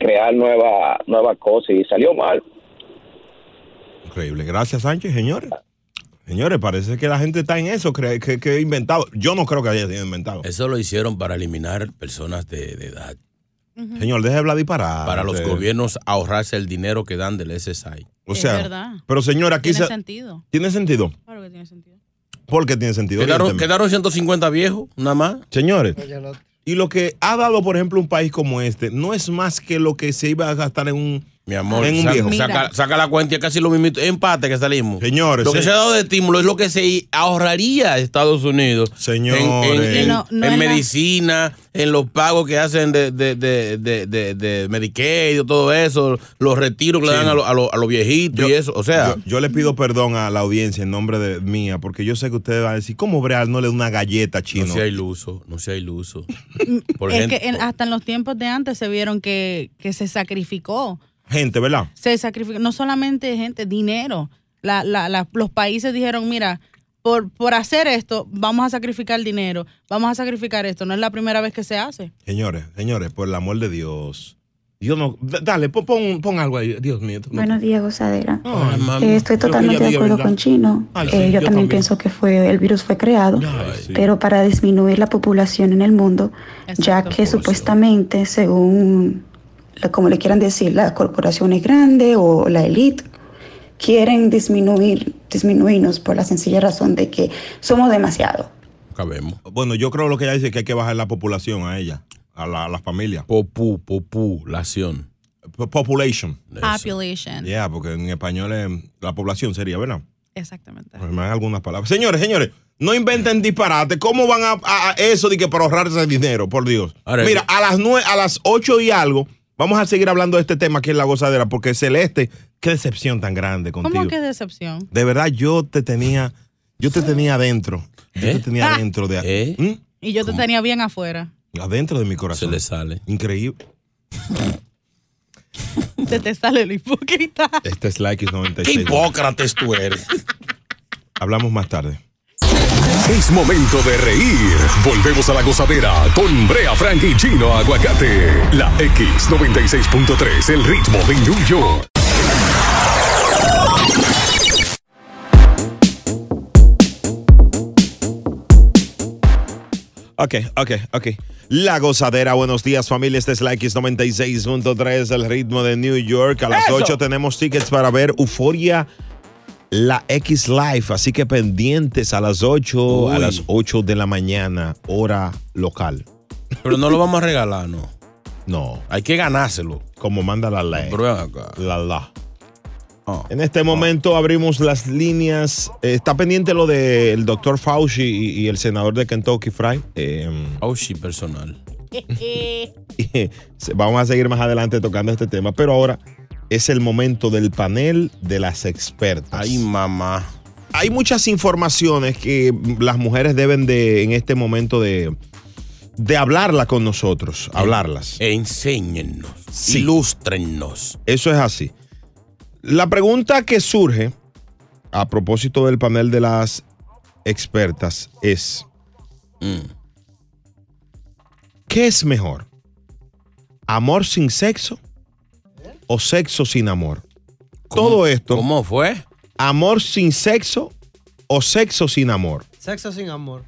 U: crear nueva- nuevas cosas y salió mal.
C: Increíble. Gracias, Sánchez, señores. Señores, parece que la gente está en eso, cree que, que he inventado. Yo no creo que haya sido inventado.
E: Eso lo hicieron para eliminar personas de, de edad.
C: Señor, deje de hablar disparado.
E: Para los
C: Eh,
E: gobiernos ahorrarse el dinero que dan del SSI.
C: O sea, pero señor, aquí se-
D: sentido.
C: ¿Tiene sentido?
D: Claro que tiene sentido.
C: ¿Por qué tiene sentido?
E: Quedaron,
C: Oriénteme.
E: quedaron 150 viejos, nada más.
C: Señores, y lo que ha dado, por ejemplo, un país como este, no es más que lo que se iba a gastar en un
E: Mi amor,
C: En un
E: sa-
C: viejo.
E: Saca,
C: Mira.
E: saca la cuenta, es casi lo mismo. Empate que salimos.
C: Señores,
E: Lo que
C: sí.
E: se ha dado de estímulo es lo que se ahorraría a Estados Unidos. Señores. En, en-
C: Que no-
E: en
C: no es la-
E: medicina, en los pagos que hacen de, de, de, de, de- de Medicaid, todo eso, los retiros que le dan a, los- a los- a los viejitos y eso. O sea,
C: yo, yo le pido perdón a la audiencia en nombre de mía, porque yo sé que ustedes van a decir, ¿cómo Breal no le da una galleta chino?
E: No sea iluso, no sea iluso.
C: Por
D: es
C: gente,
D: que en- hasta en los tiempos de antes se vieron que, que se sacrificó.
C: gente, ¿verdad?
D: se sacrificó, no solamente gente, dinero. La- la- la- los países dijeron, mira, por, por hacer esto, vamos a sacrificar dinero, vamos a sacrificar esto, no es la primera vez que se hace.
C: Señores, señores, por el amor de Dios. Dios no. d- Dale, pon, pon- pon algo ahí. Dios mío. esto no-
A: Buenos días, gozadera.
C: Ay, Ah, mami.
A: Eh, estoy
C: Lo que
A: totalmente
C: ella
A: de
C: diga,
A: acuerdo
C: ¿verdad?
A: con Chino.
C: Ay,
A: Eh,
C: sí,
A: yo,
C: yo
A: también
C: también.
A: pienso que fue el virus fue creado, pero para disminuir la población en el mundo, ya que supuestamente, según la- como le quieran decir, las corporaciones grandes o la élite quieren disminuir disminuirnos por la sencilla razón de que somos demasiado.
E: Cabemos.
C: Bueno, yo creo lo que ella dice que hay que bajar la población a ella, a la, a la familia.
E: Popú, populación.
C: Population.
D: Population.
C: Yeah, porque en español es- la población sería, ¿verdad?
D: Exactamente.
C: Pues me dan algunas palabras. Señores, señores, no inventen disparate. ¿Cómo van a, a- a eso de que para ahorrarse dinero? Por Dios.
E: Ahora- eh,
C: Mira, a las nueve, a las 8 y algo, vamos a seguir hablando de este tema que es la gozadera, porque Celeste, qué decepción tan grande contigo.
D: ¿Cómo que decepción?
C: De verdad, yo te tenía, yo te tenía adentro. Yo
E: ¿Eh?
C: te tenía
D: Ah.
C: adentro de ¿Mm?
D: Y yo te tenía bien afuera.
C: adentro de mi corazón. Se le
E: sale.
C: Increíble.
D: Te, te sale lo hipócrita.
C: Este es la X96.
E: ¡Qué hipócrates tú eres!
C: Hablamos más tarde.
B: Es momento de reír. Volvemos a la gozadera con Brea Frank y Chino Aguacate. La X96.3, el ritmo de New York.
C: Ok, ok, ok. La gozadera, buenos días familia, este es la X96.3, el ritmo de New York. A las
F: ¡Eso!
C: 8 tenemos tickets para ver Euforia, la X Live, así que pendientes a las 8, a
E: Uy.
C: las 8 de la mañana, hora local.
E: Pero no lo vamos a regalar, no.
C: No.
E: Hay que ganárselo.
C: Como manda la ley.
E: Prueba Oh. acá.
C: La la. En este momento abrimos las líneas. Eh, está pendiente lo del doctor Fauci y, y el senador de Kentucky Fry. Eh,
E: Fauci personal.
C: Vamos a seguir más adelante tocando este tema, pero ahora es el momento del panel de las expertas. Ay,
E: mamá.
C: Hay muchas informaciones que las mujeres deben de, en este momento, de, de hablarla con nosotros, hablarlas.
E: E Enséñennos, ilústrennos.
C: Eso es así. La pregunta que surge a propósito del panel de las expertas es,
E: Mm.
C: ¿qué es mejor? ¿Amor sin sexo o sexo sin amor? Todo esto.
E: ¿Cómo fue?
C: ¿Amor sin sexo o sexo sin amor?
M: Sexo sin amor.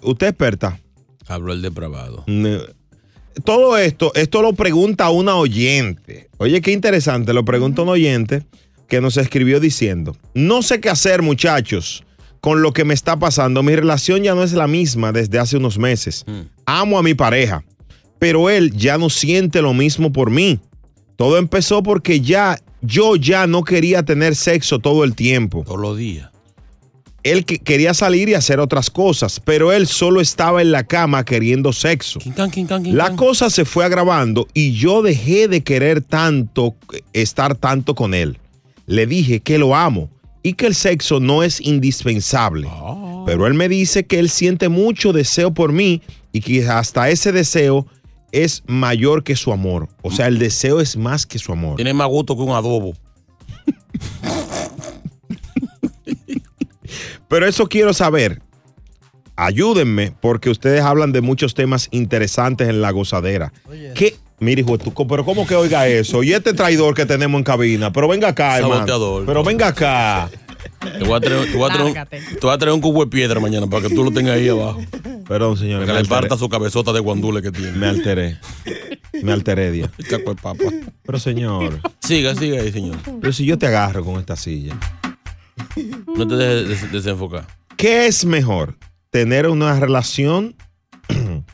C: ¿Usted es experta?
E: Habló el depravado.
C: Ne- Todo esto, esto lo pregunta una oyente. Oye, qué interesante, lo pregunta un oyente que nos escribió diciendo, no sé qué hacer muchachos con lo que me está pasando. Mi relación ya no es la misma desde hace unos meses.
E: Mm.
C: Amo a mi pareja, pero él ya no siente lo mismo por mí. Todo empezó porque ya yo ya no quería tener sexo todo el tiempo.
E: Todos los días.
C: Él que- quería salir y hacer otras cosas, pero él solo estaba en la cama queriendo sexo. La cosa se fue agravando y yo dejé de querer tanto eh, estar tanto con él. Le dije que lo amo y que el sexo no es indispensable. Pero él me dice que él siente mucho deseo por mí y que hasta ese deseo es mayor que su amor. O sea, el deseo es más que su amor.
E: Tiene más gusto que un adobo.
C: Pero eso quiero saber. Ayúdenme, porque ustedes hablan de muchos temas interesantes en la gozadera. ¿Qué? Mire, hijo, de tu co- pero ¿cómo que oiga eso? Y este traidor que tenemos en cabina. Pero venga acá, hermano.
E: Saboteador.
C: Pero venga acá.
E: Te voy a traer, te voy a traer un-
C: Lárgate.
E: te voy a traer un cubo de piedra mañana para que tú lo tengas ahí abajo.
C: Perdón, señores.
E: Que
C: me
E: le
C: alteré.
E: parta su cabezota de guandule que tiene.
C: Me alteré. Me alteré, Díaz.
E: Caco de papa.
C: Pero, señor.
E: Siga, siga ahí, señor.
C: Pero si yo te agarro con esta silla.
E: No te dejes des- desenfocar.
C: ¿Qué es mejor? ¿Tener una relación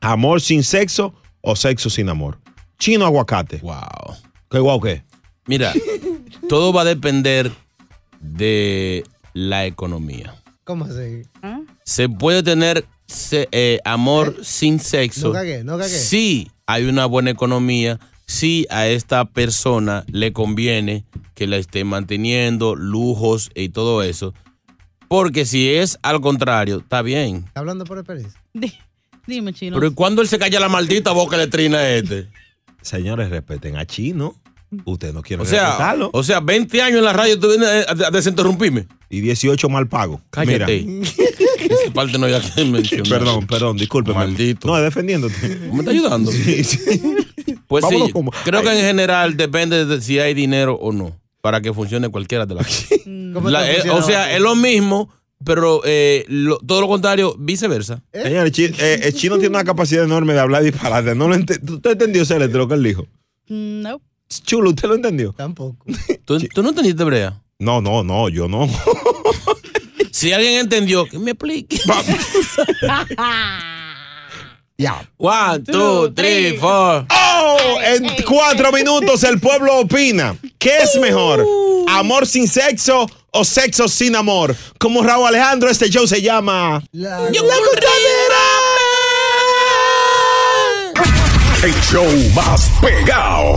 C: amor sin sexo o sexo sin amor? Chino aguacate.
E: Wow.
C: ¿Qué guau qué?
E: Mira, todo va a depender de la economía.
M: ¿Cómo así?
D: ¿Ah?
E: Se puede tener se- eh, amor sin sexo.
M: No cagué, no cagué.
E: Sí, hay una buena economía. Sí, a esta persona le conviene que la esté manteniendo, lujos y todo eso. Porque si es al contrario, está bien.
M: ¿Está hablando por experiencia?
D: Dime, chino.
E: Pero ¿y cuándo él se calla la maldita boca letrina a este?
C: Señores, respeten a Chino. Usted no quiere
E: O sea,
C: respetarlo.
E: o sea, 20 años en la radio, tú vienes a- a a desinterrumpirme.
C: Y 18 mal pago.
E: Cállate.
C: Mira.
E: Esa parte no había que mencionar.
C: Perdón, perdón, discúlpeme.
E: Maldito.
C: No, defendiéndote.
E: ¿Me está ayudando?
C: Sí, sí.
E: Pues sí,
C: Vámonos con-
E: creo que en general depende de si hay dinero o no para que funcione cualquiera de las cosas.
M: ¿Cómo
E: La-
M: te
E: eh,
M: funciona
E: o sea, es lo mismo, pero eh, lo- todo lo contrario, viceversa.
C: Señores, chi- eh, el, chino tiene una capacidad enorme de hablar disparate. No lo ente- ¿Usted entendió, Celeste, lo que él dijo?
D: No.
C: Chulo, ¿usted lo entendió?
M: Tampoco.
E: ¿Tú, tú no entendiste brea?
C: No, no, no, yo no.
E: Si alguien entendió, que me explique.
C: Ya.
E: One, two, three, four.
C: ¡Oh! En cuatro minutos el pueblo opina. ¿Qué
E: Uh.
C: es mejor? ¿Amor sin sexo o sexo sin amor? Como Raúl Alejandro, este show se llama...
M: La,
B: El show más pegado.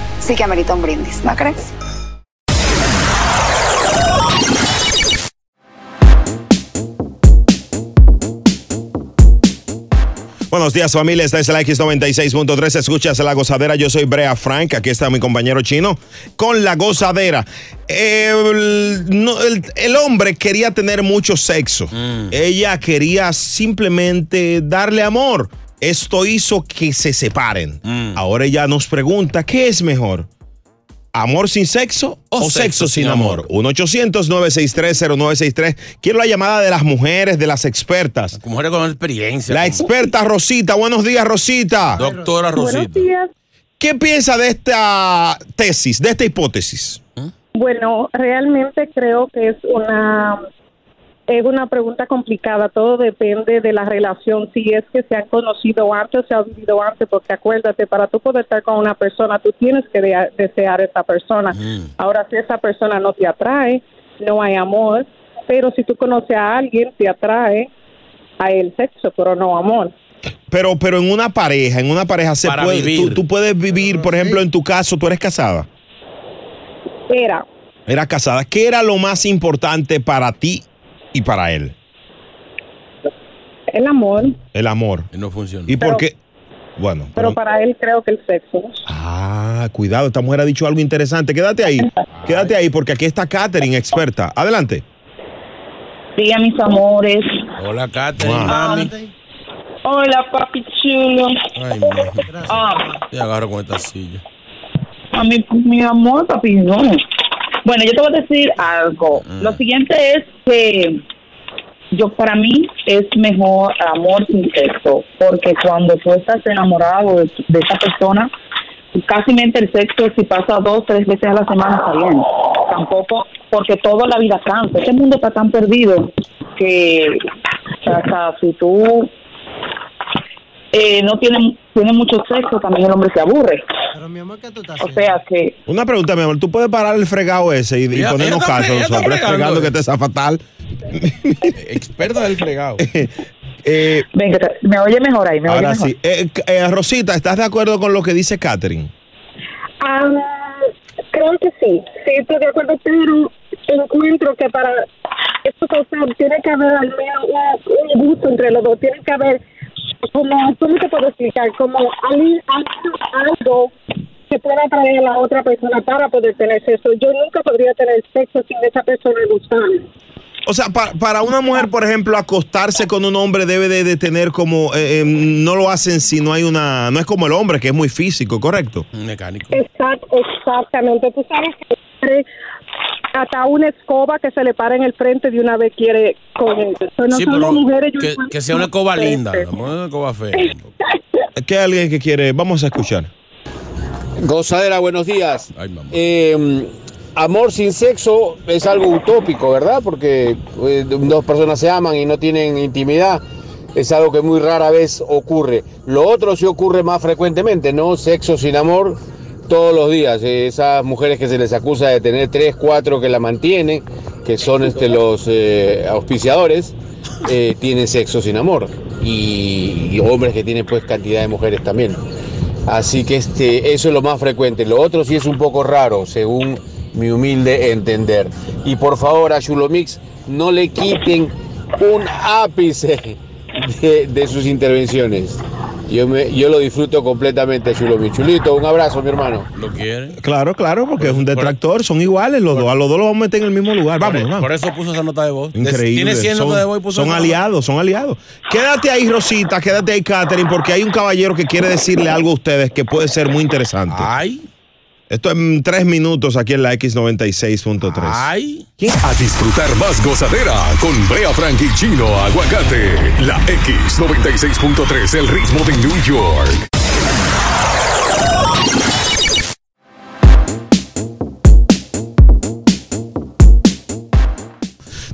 V: sí que amerita un brindis, ¿no crees?
C: Buenos días familia, esta es la X96.3, escuchas La Gozadera, yo soy Brea Frank, aquí está mi compañero chino con La Gozadera. Eh, El, no, el- el hombre quería tener mucho sexo, ella quería simplemente darle amor, esto hizo que se separen. Ahora ella nos pregunta, ¿qué es mejor? ¿Amor sin sexo o, sexo, sin amor? 1-800-963-0963. Quiero la llamada de las mujeres, de las expertas.
E: Mujeres con experiencia.
C: La
E: con-
C: experta Rosita, buenos días Rosita.
E: Doctora Rosita. Buenos
C: ¿Qué piensa de esta tesis, de esta hipótesis?
O: Bueno, realmente creo que es una es una pregunta complicada. Todo depende de la relación. Si es que se han conocido antes, se han vivido antes, porque acuérdate, para tú poder estar con una persona, tú tienes que dea- desear a esa persona.
C: Mm.
O: Ahora, si esa persona no te atrae, no hay amor. Pero si tú conoces a alguien, te atrae a el sexo, pero no amor.
C: Pero, pero en una pareja, en una pareja se
E: Para
C: puede,
E: vivir.
C: Tú, tú puedes vivir, por ejemplo, en tu caso, tú eres casada.
O: Era
C: Eras casada. ¿Qué era lo más importante para ti y para él?
O: el amor,
C: El amor.
E: Y no funciona.
C: ¿Y
O: Pero-
C: por qué? Bueno,
O: pero para él creo que el sexo.
C: ah, cuidado, esta mujer ha dicho algo interesante. Quédate ahí, quédate ahí, porque aquí está Katherine, experta. Adelante.
F: Sí, a mis amores. Ah,
E: Hola, Catherine,
C: Wow.
E: mami.
F: Hola, papi chulo.
E: Ay, mami.
F: Ah,
E: Te agarro con esta silla.
F: a mi, mi amor, papi, no. Bueno, yo te voy a decir algo. Lo siguiente es que yo para mí es mejor amor sin sexo, porque cuando tú estás enamorado de, de esa persona, casi el sexo si pasa dos, tres veces a la semana está bien. Tampoco, porque toda la vida cansa. Este mundo está tan perdido que hasta si tú eh, no tienes tiene mucho sexo, también el hombre se aburre. O sea que
C: Una pregunta, mi amor. ¿Tú puedes parar el fregado ese y, y
F: Ella-
C: ponernos
F: ella está
C: caso
F: fre-
C: a
F: ella está
C: nosotros?
F: fregando,
C: Fregando
F: eh.
C: que te está fatal.
E: Experta del fregado.
F: Venga, me oye mejor ahí, me
C: Eh,
F: oye
C: Ahora
F: mejor.
C: sí. Eh, eh, Rosita, ¿estás de acuerdo con lo que dice Catherine?
O: Ah, parte sí, sí estoy de acuerdo, pero encuentro que para esto causar tiene que haber al menos un, un gusto entre los dos, tiene que haber como, ¿cómo te puedo explicar? Como alguien, algo que pueda atraer a la otra persona para poder tener sexo. Yo nunca podría tener sexo sin esa persona gustarme.
C: O sea, pa- para una mujer, por ejemplo, acostarse con un hombre debe de, de tener como, eh, eh, no lo hacen si no hay una, no es como el hombre que es muy físico, ¿correcto?
E: Mecánico.
O: Exact- exactamente. Tú sabes que siempre hasta una escoba que se le para en el frente de una vez quiere con ellos. So, no
E: Sí,
O: son las
E: pero
O: mujeres, yo
E: que,
O: encuentro
E: que sea una escoba
O: que-
E: linda, no una escoba fea.
C: Eh, ¿Qué hay alguien que quiere? Vamos a escuchar.
G: Gozadera, buenos días. Eh, amor sin sexo es algo utópico, ¿verdad? Porque eh, dos personas se aman y no tienen intimidad. Es algo que muy rara vez ocurre. Lo otro sí ocurre más frecuentemente, ¿no? Sexo sin amor todos los días. Eh, esas mujeres que se les acusa de tener tres, cuatro que la mantienen, que son este, los eh, auspiciadores, eh, tienen sexo sin amor. Y, y hombres que tienen pues cantidad de mujeres también. Así que este, eso es lo más frecuente. Lo otro sí es un poco raro, según mi humilde entender. Y por favor a Chulomix no le quiten un ápice de, de sus intervenciones. Yo, me- yo lo disfruto completamente, Chulomix. Chulito, un abrazo, mi hermano.
E: ¿Lo quiere?
C: Claro, claro, porque es un detractor, son iguales los dos, a los dos los vamos a meter en el mismo lugar, vamos, vamos.
E: Por eso puso esa nota de voz.
C: Increíble.
E: Tiene 100
C: son,
E: notas de voz y puso
C: son
E: esa nota.
C: aliados, son aliados. Quédate ahí, Rosita, quédate ahí, Katherine, porque hay un caballero que quiere decirle algo a ustedes que puede ser muy interesante.
E: Ay.
C: Esto en tres minutos aquí en la X96.3.
E: Ay.
B: A disfrutar más gozadera con Brea Frank y Chino Aguacate. La X96.3, el ritmo de New York.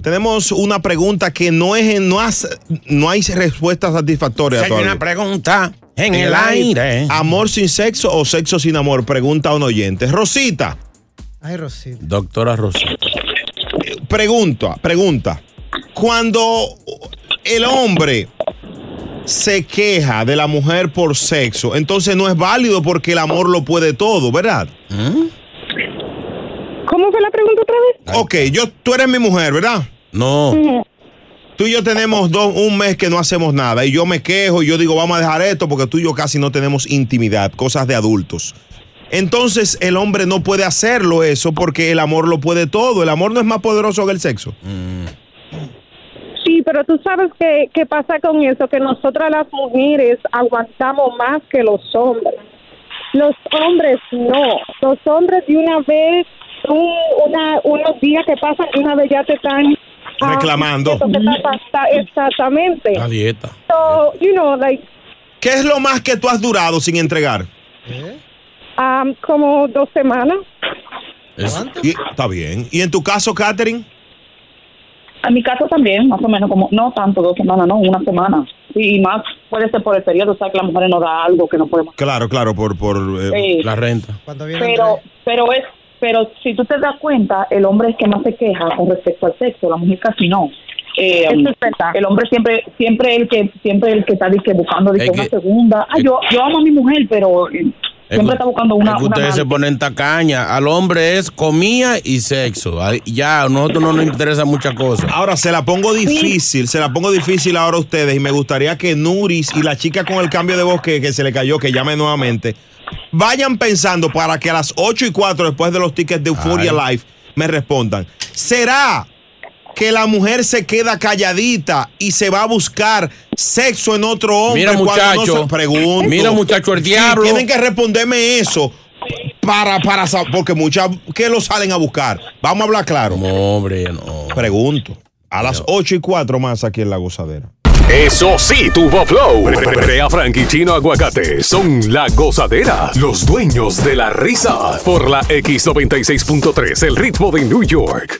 C: Tenemos una pregunta que no es en- no, has- no hay respuesta satisfactoria.
E: Hay
C: todavía.
E: una pregunta en el aire.
C: ¿Amor sin sexo o sexo sin amor? Pregunta a un oyente. Rosita,
M: Ay, Rosita.
E: Doctora Rosita.
C: pregunta, pregunta. Cuando el hombre se queja de la mujer por sexo, entonces no es válido porque el amor lo puede todo, ¿verdad?
O: ¿Cómo fue la pregunta otra vez?
C: Ok, yo, tú eres mi mujer, ¿verdad?
E: No.
C: Tú y yo tenemos dos, un mes que no hacemos nada y yo me quejo y yo digo, vamos a dejar esto porque tú y yo casi no tenemos intimidad, cosas de adultos. Entonces el hombre no puede hacerlo eso porque el amor lo puede todo. El amor no es más poderoso que el sexo.
O: Sí, pero tú sabes qué, qué pasa con eso, que nosotras las mujeres aguantamos más que los hombres. Los hombres no. Los hombres de una vez, un- una, unos días que pasan, de una vez ya te están... ah,
C: Reclamando.
O: esto que está pasa- Exactamente.
C: La dieta.
O: So, you know, like,
C: ¿Qué es lo más que tú has durado sin entregar?
O: um, como dos semanas.
C: Y- está bien. ¿Y en tu caso, Katherine?
I: En mi caso también, más o menos, como no tanto dos semanas, no, una semana. Y, y más puede ser por el periodo, o sea, que las mujeres nos da algo que no podemos.
C: Claro, claro, por, por eh,
I: Sí.
E: la renta.
I: Pero, pero es, pero si tú te das cuenta, el hombre es que más se queja con respecto al sexo, la mujer casi no. Eh,
F: Eso es verdad.
I: el hombre siempre, siempre el que, siempre el que está dizque, buscando dizque,
E: Es
I: una
E: que-
I: segunda. Ah, yo, yo amo a mi mujer, pero eh, siempre está buscando
E: Es
I: una.
E: que
I: una
E: ustedes
I: más.
E: se ponen tacaña. Al hombre es comida y sexo. Ay, Ya, a nosotros no nos interesa muchas cosas.
C: Ahora se la pongo difícil, se la pongo difícil ahora a ustedes y me gustaría que Nuris y la chica con el cambio de voz que, que se le cayó, que llame nuevamente, vayan pensando para que a las 8 y 4 después de los tickets de Euphoria Live me respondan. ¿Será que la mujer se queda calladita y se va a buscar sexo en otro hombre?
E: Mira,
C: cuando no
E: muchacho.
C: se- pregunto.
E: Mira, muchacho, el
C: Sí,
E: diablo.
C: Tienen que responderme eso. Para, para, sa- porque muchas que lo salen a buscar. Vamos a hablar claro. No,
E: hombre, no.
C: Pregunto. A las 8 y 4 más aquí en La Gozadera.
B: Eso sí, tuvo flow. Brea Frank y Chino Aguacate son la gozadera, los dueños de la risa. Por la X96.3, el ritmo de New York.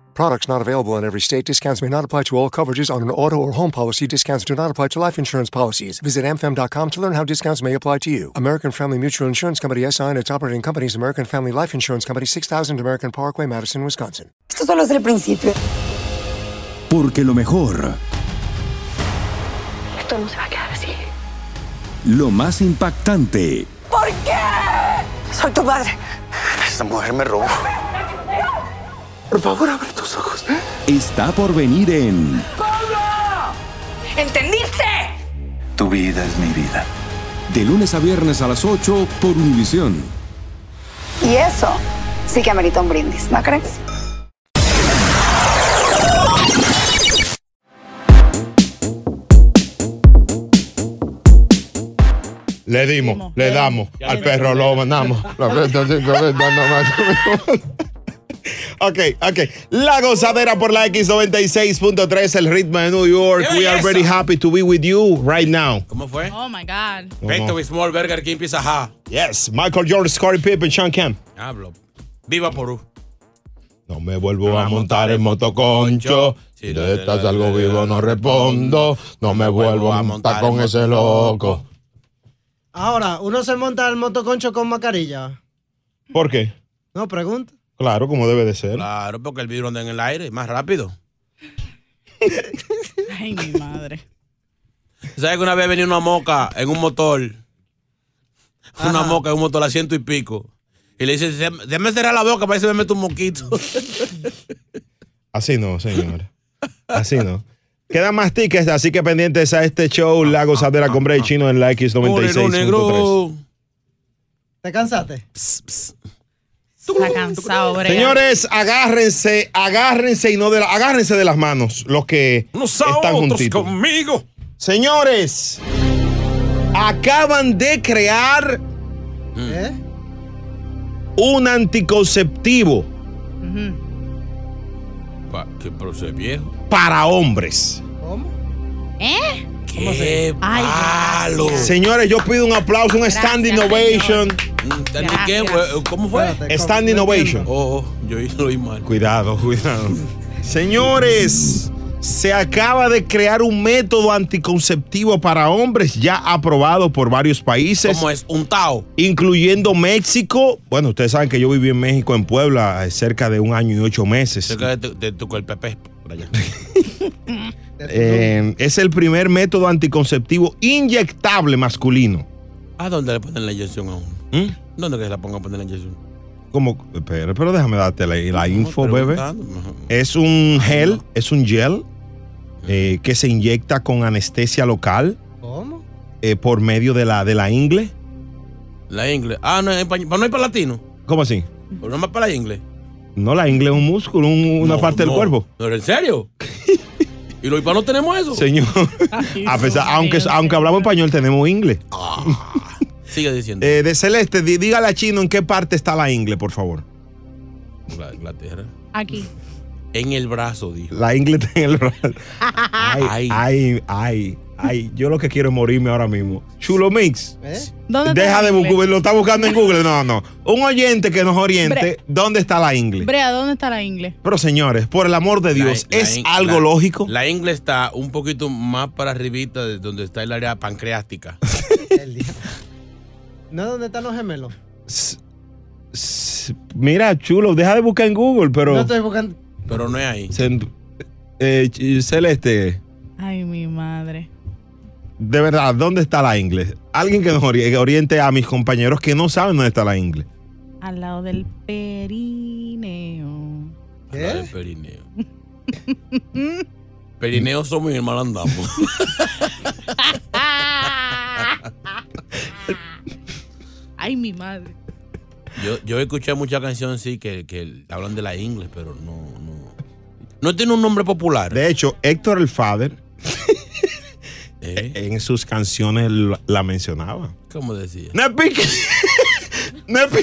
L: Products not available in every state. Discounts may not apply to all coverages on an auto or home policy. Discounts do not apply to life insurance policies. Visit mfm.com to learn how discounts may apply to you. American Family Mutual Insurance Company SI and its operating companies, American Family Life Insurance Company, 6000 American Parkway, Madison, Wisconsin.
V: Esto solo es el principio.
N: Porque lo mejor,
V: Esto no se va a quedar así.
N: lo más impactante,
V: ¿Por qué? Soy tu padre.
W: Esta mujer me robó. Por favor, abre tus ojos.
N: está por venir en
V: ¿Entendiste?
N: Tu vida es mi vida. De lunes a viernes a las 8 por Univisión.
V: Y eso sí que amerita un brindis, ¿no crees?
C: Le dimos, le damos al perro, lo mandamos. La fiesta cinco veces, no más. Ok, ok. La gozadera por la X96.3, el ritmo de New York.
E: ¡Qué
C: We are
E: belleza!
C: very happy to be with you right now.
E: ¿Cómo fue?
D: Oh my God.
E: Pecto Bismol, Burger King, Pizza Hut.
C: Yes, Michael Jordan, Scottie Pippen, Sean Kemp.
E: Hablo. Viva Porú.
C: No me vuelvo a montar en motoconcho. Si de estas algo vivo no respondo. No me vuelvo a montar con ese loco.
M: Ahora, ¿uno se monta al motoconcho con mascarilla?
C: ¿Por qué?
M: No, pregunta.
C: Claro, como debe de ser.
E: Claro, porque el vidrio anda en el aire más rápido.
D: Ay, mi madre.
E: ¿Sabes que una vez venía una moca en un motor? Una moca en un motor a ciento y pico. Y le dice, "Se- déjame cerrar la boca para que se me mete un moquito.
C: Así no, señor. Así no. Quedan más tickets, así que pendientes a este show La Gozadera con Bray Chino en la X96.3.
M: ¿Te cansaste?
D: Está cansado, Brea.
C: Señores, agárrense, agárrense y no de la- agárrense de las manos los que están juntitos.
E: conmigo.
C: Señores, acaban de crear
M: ¿Eh?
C: un anticonceptivo
E: Pa- ¿Qué proceso viejo?
C: para hombres.
D: ¿Eh?
E: ¿Qué palo?
C: Señores, yo pido un aplauso, un standing ovation.
E: ¿Entendí qué, güey? ¿Cómo fue?
C: Standing ovation.
E: Oh, oh, yo lo oí mal.
C: Cuidado, cuidado. Señores, se acaba de crear un método anticonceptivo para hombres ya aprobado por varios países. ¿Cómo
E: es? ¿Un Tao?
C: Incluyendo México. Bueno, ustedes saben que yo viví en México, en Puebla, eh, cerca de un año y ocho meses.
E: Cerca de tu, de tu cuerpo, Pepe, por allá.
C: Eh, es el primer método anticonceptivo inyectable masculino.
E: ¿A dónde le ponen la inyección a uno?
C: ¿Mm?
E: ¿Dónde que se la pongan a poner la inyección?
C: Como, pero, pero déjame darte la, la info, bebé.
E: preguntando,
C: Es un gel, es un gel eh, que se inyecta con anestesia local.
M: ¿Cómo?
C: eh, por medio de la, de la ingle.
E: La ingle. Ah, no, en español. ¿Pero no es para latino?
C: ¿Cómo así?
E: ¿Pero no es para la ingle?
C: No, la ingle es un músculo, un- una
E: No,
C: parte
E: no.
C: del cuerpo.
E: ¿Pero en serio? ¿Y los hispanos tenemos eso?
C: Señor, a pesar, aunque, aunque hablamos español, tenemos ingle.
E: Ah, Sigue diciendo.
C: Eh, de Celeste, di- dígale a Chino en qué parte está la ingle, por favor.
E: La Inglaterra.
D: Aquí.
E: En el brazo, dijo.
C: La ingle está en el brazo. Ay, ay, ay, ay. Yo lo que quiero es morirme ahora mismo. Chulo Mix.
D: ¿Dónde está
C: Deja
D: la
C: de
D: ingle?
C: buscar, lo está buscando en Google. No, no. Un oyente que nos oriente,
D: Bre-
C: ¿dónde está la ingle?
D: Brea, ¿dónde está la ingle?
C: Pero señores, por el amor de Dios,
E: La- la
C: ¿es
E: in-
C: algo
E: la-
C: lógico?
E: La ingle está un poquito más para arribita de donde está el área pancreástica.
M: ¿No es donde están los gemelos?
C: S- Mira, chulo, deja de buscar en Google, pero.
M: No estoy buscando.
E: Pero no es ahí.
C: Sen- eh, ch- Celeste,
D: Ay, mi madre.
C: de verdad, ¿dónde está la ingle? Alguien que nos ori- que oriente a mis compañeros que no saben dónde está la ingle.
D: Al lado del perineo.
E: La de Perineo. Perineo somos y el mal andamos.
D: Ay, mi madre.
E: Yo, yo escuché muchas canciones, sí, que, que hablan de la inglés, pero no, no. No tiene un nombre popular.
C: De hecho, Héctor el Father
E: Eh.
C: en sus canciones la- la mencionaba.
E: ¿Cómo decía?
C: Nepi. Nepi.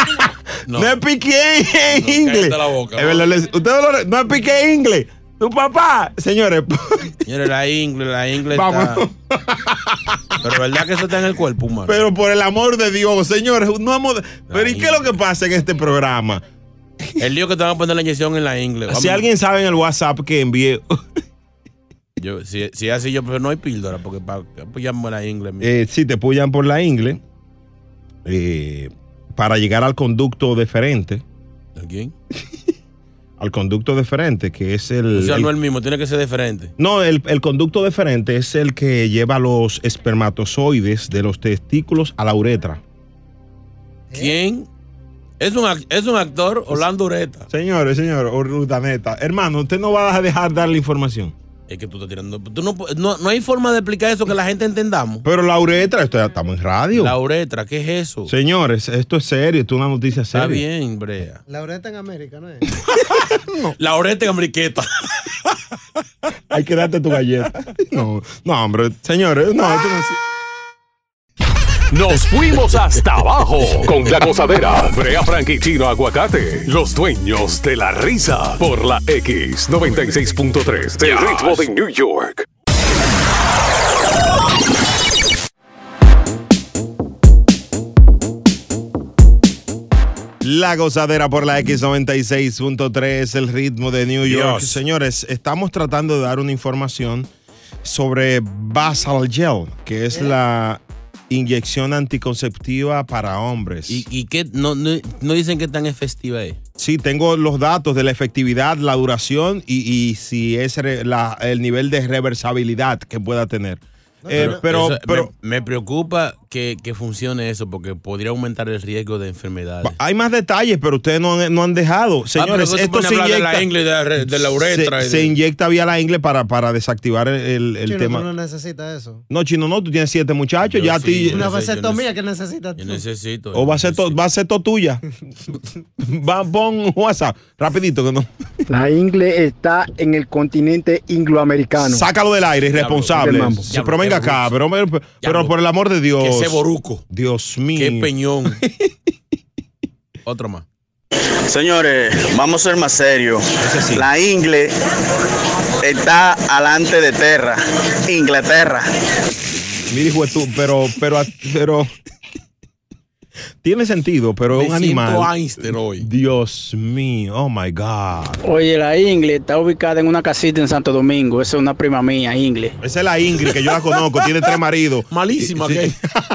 C: Nepi quién en inglés.
E: cállate la boca,
C: Es verdad, les- Ustedes lo re- Nepi quién en inglés. Tu papá, señores.
E: Señores, la inglés, la inglés está... Pero verdad que eso está en el cuerpo humano.
C: Pero por el amor de Dios, señores, no hemos- Pero ¿y qué es lo que pasa en este programa?
E: El lío que te van a poner la inyección en la inglés.
C: Si alguien sabe en el WhatsApp que envíe.
E: Yo, si, si es así, yo, pero no hay píldora, porque para apoyarme la inglés. mira.
C: eh, si te pullan por la ingle, eh, para llegar al conducto deferente.
E: ¿A quién?
C: Al conducto deferente, que es el.
E: O sea,
C: el-
E: no es el mismo, tiene que ser diferente.
C: No, el, el conducto deferente es el que lleva los espermatozoides de los testículos a la uretra.
E: ¿Quién? ¿Es un, ac- es un actor, Orlando Ureta.
C: Señores, señores, Urdaneta. Hermano, usted no va a dejar dar la información.
E: Es que tú estás tirando. tú no, pu- no- no hay forma de explicar eso que la gente entendamos.
C: Pero la uretra, esto ya estamos en radio.
E: La uretra, ¿qué es eso?
C: Señores, esto es serio, esto es una noticia
E: Está
C: seria.
E: bien, Brea.
M: La oreta en América, ¿no es?
E: La oreta en amriqueta.
C: Hay que darte tu galleta. No, no, hombre, señores, no, esto no es-
B: Nos fuimos hasta abajo con la gozadera. Brea Frank y Chino Aguacate, los dueños de la risa. Por la X96.3, el ritmo de New York.
C: La gozadera por la X96.3, el ritmo de New York.
E: Dios.
C: Señores, estamos tratando de dar una información sobre Basal Gel, que es la inyección anticonceptiva para hombres.
E: ¿Y, y qué? No, no, no dicen que tan es festiva es.
C: Sí, tengo los datos de la efectividad, la duración y, y si es re- la- el nivel de reversibilidad que pueda tener. Eh, pero,
E: eso-
C: pero
E: me, me preocupa que, que funcione eso porque podría aumentar el riesgo de enfermedades.
C: hay más detalles, pero ustedes no han, no han dejado. Señores,
E: Ah, pero tú te
C: esto
E: pones a
C: se
E: hablar de la
C: inyecta.
E: ingle y de la re- de la uretra
C: Se,
E: y
C: se
E: de-
C: inyecta vía la ingle para, para desactivar el, el- el
M: Chino,
C: tema.
M: tú no necesitas eso.
C: No, chino, no, tú tienes siete muchachos, ya a ti.
M: Una vasectomía que necesitas tú.
E: Necesito. eh.
C: O va a ser, to- va a ser todo tuya. va, pon WhatsApp, rapidito que no.
H: La ingle está en el continente ingloamericano.
C: Sácalo del aire, irresponsable.
H: Del mambo.
C: Sí, pero venga acá, pero, pero- pero por el amor de Dios.
E: Que ese boruco.
C: Dios mío.
E: Qué peñón. Otro más.
P: Señores, vamos a ser más serios. La Ingle está alante de Terra, Inglaterra.
C: Mira, hijo de tú, pero, pero, pero. Tiene sentido, pero es
H: Me
C: un
H: siento
C: animal.
H: Einstein
E: hoy.
C: Dios mío, oh my God.
H: Oye, la ingle está ubicada en una casita en Santo Domingo. Esa es una prima mía, ingle.
C: Esa es la Ingrid, que yo la conozco, tiene tres maridos. Malísima,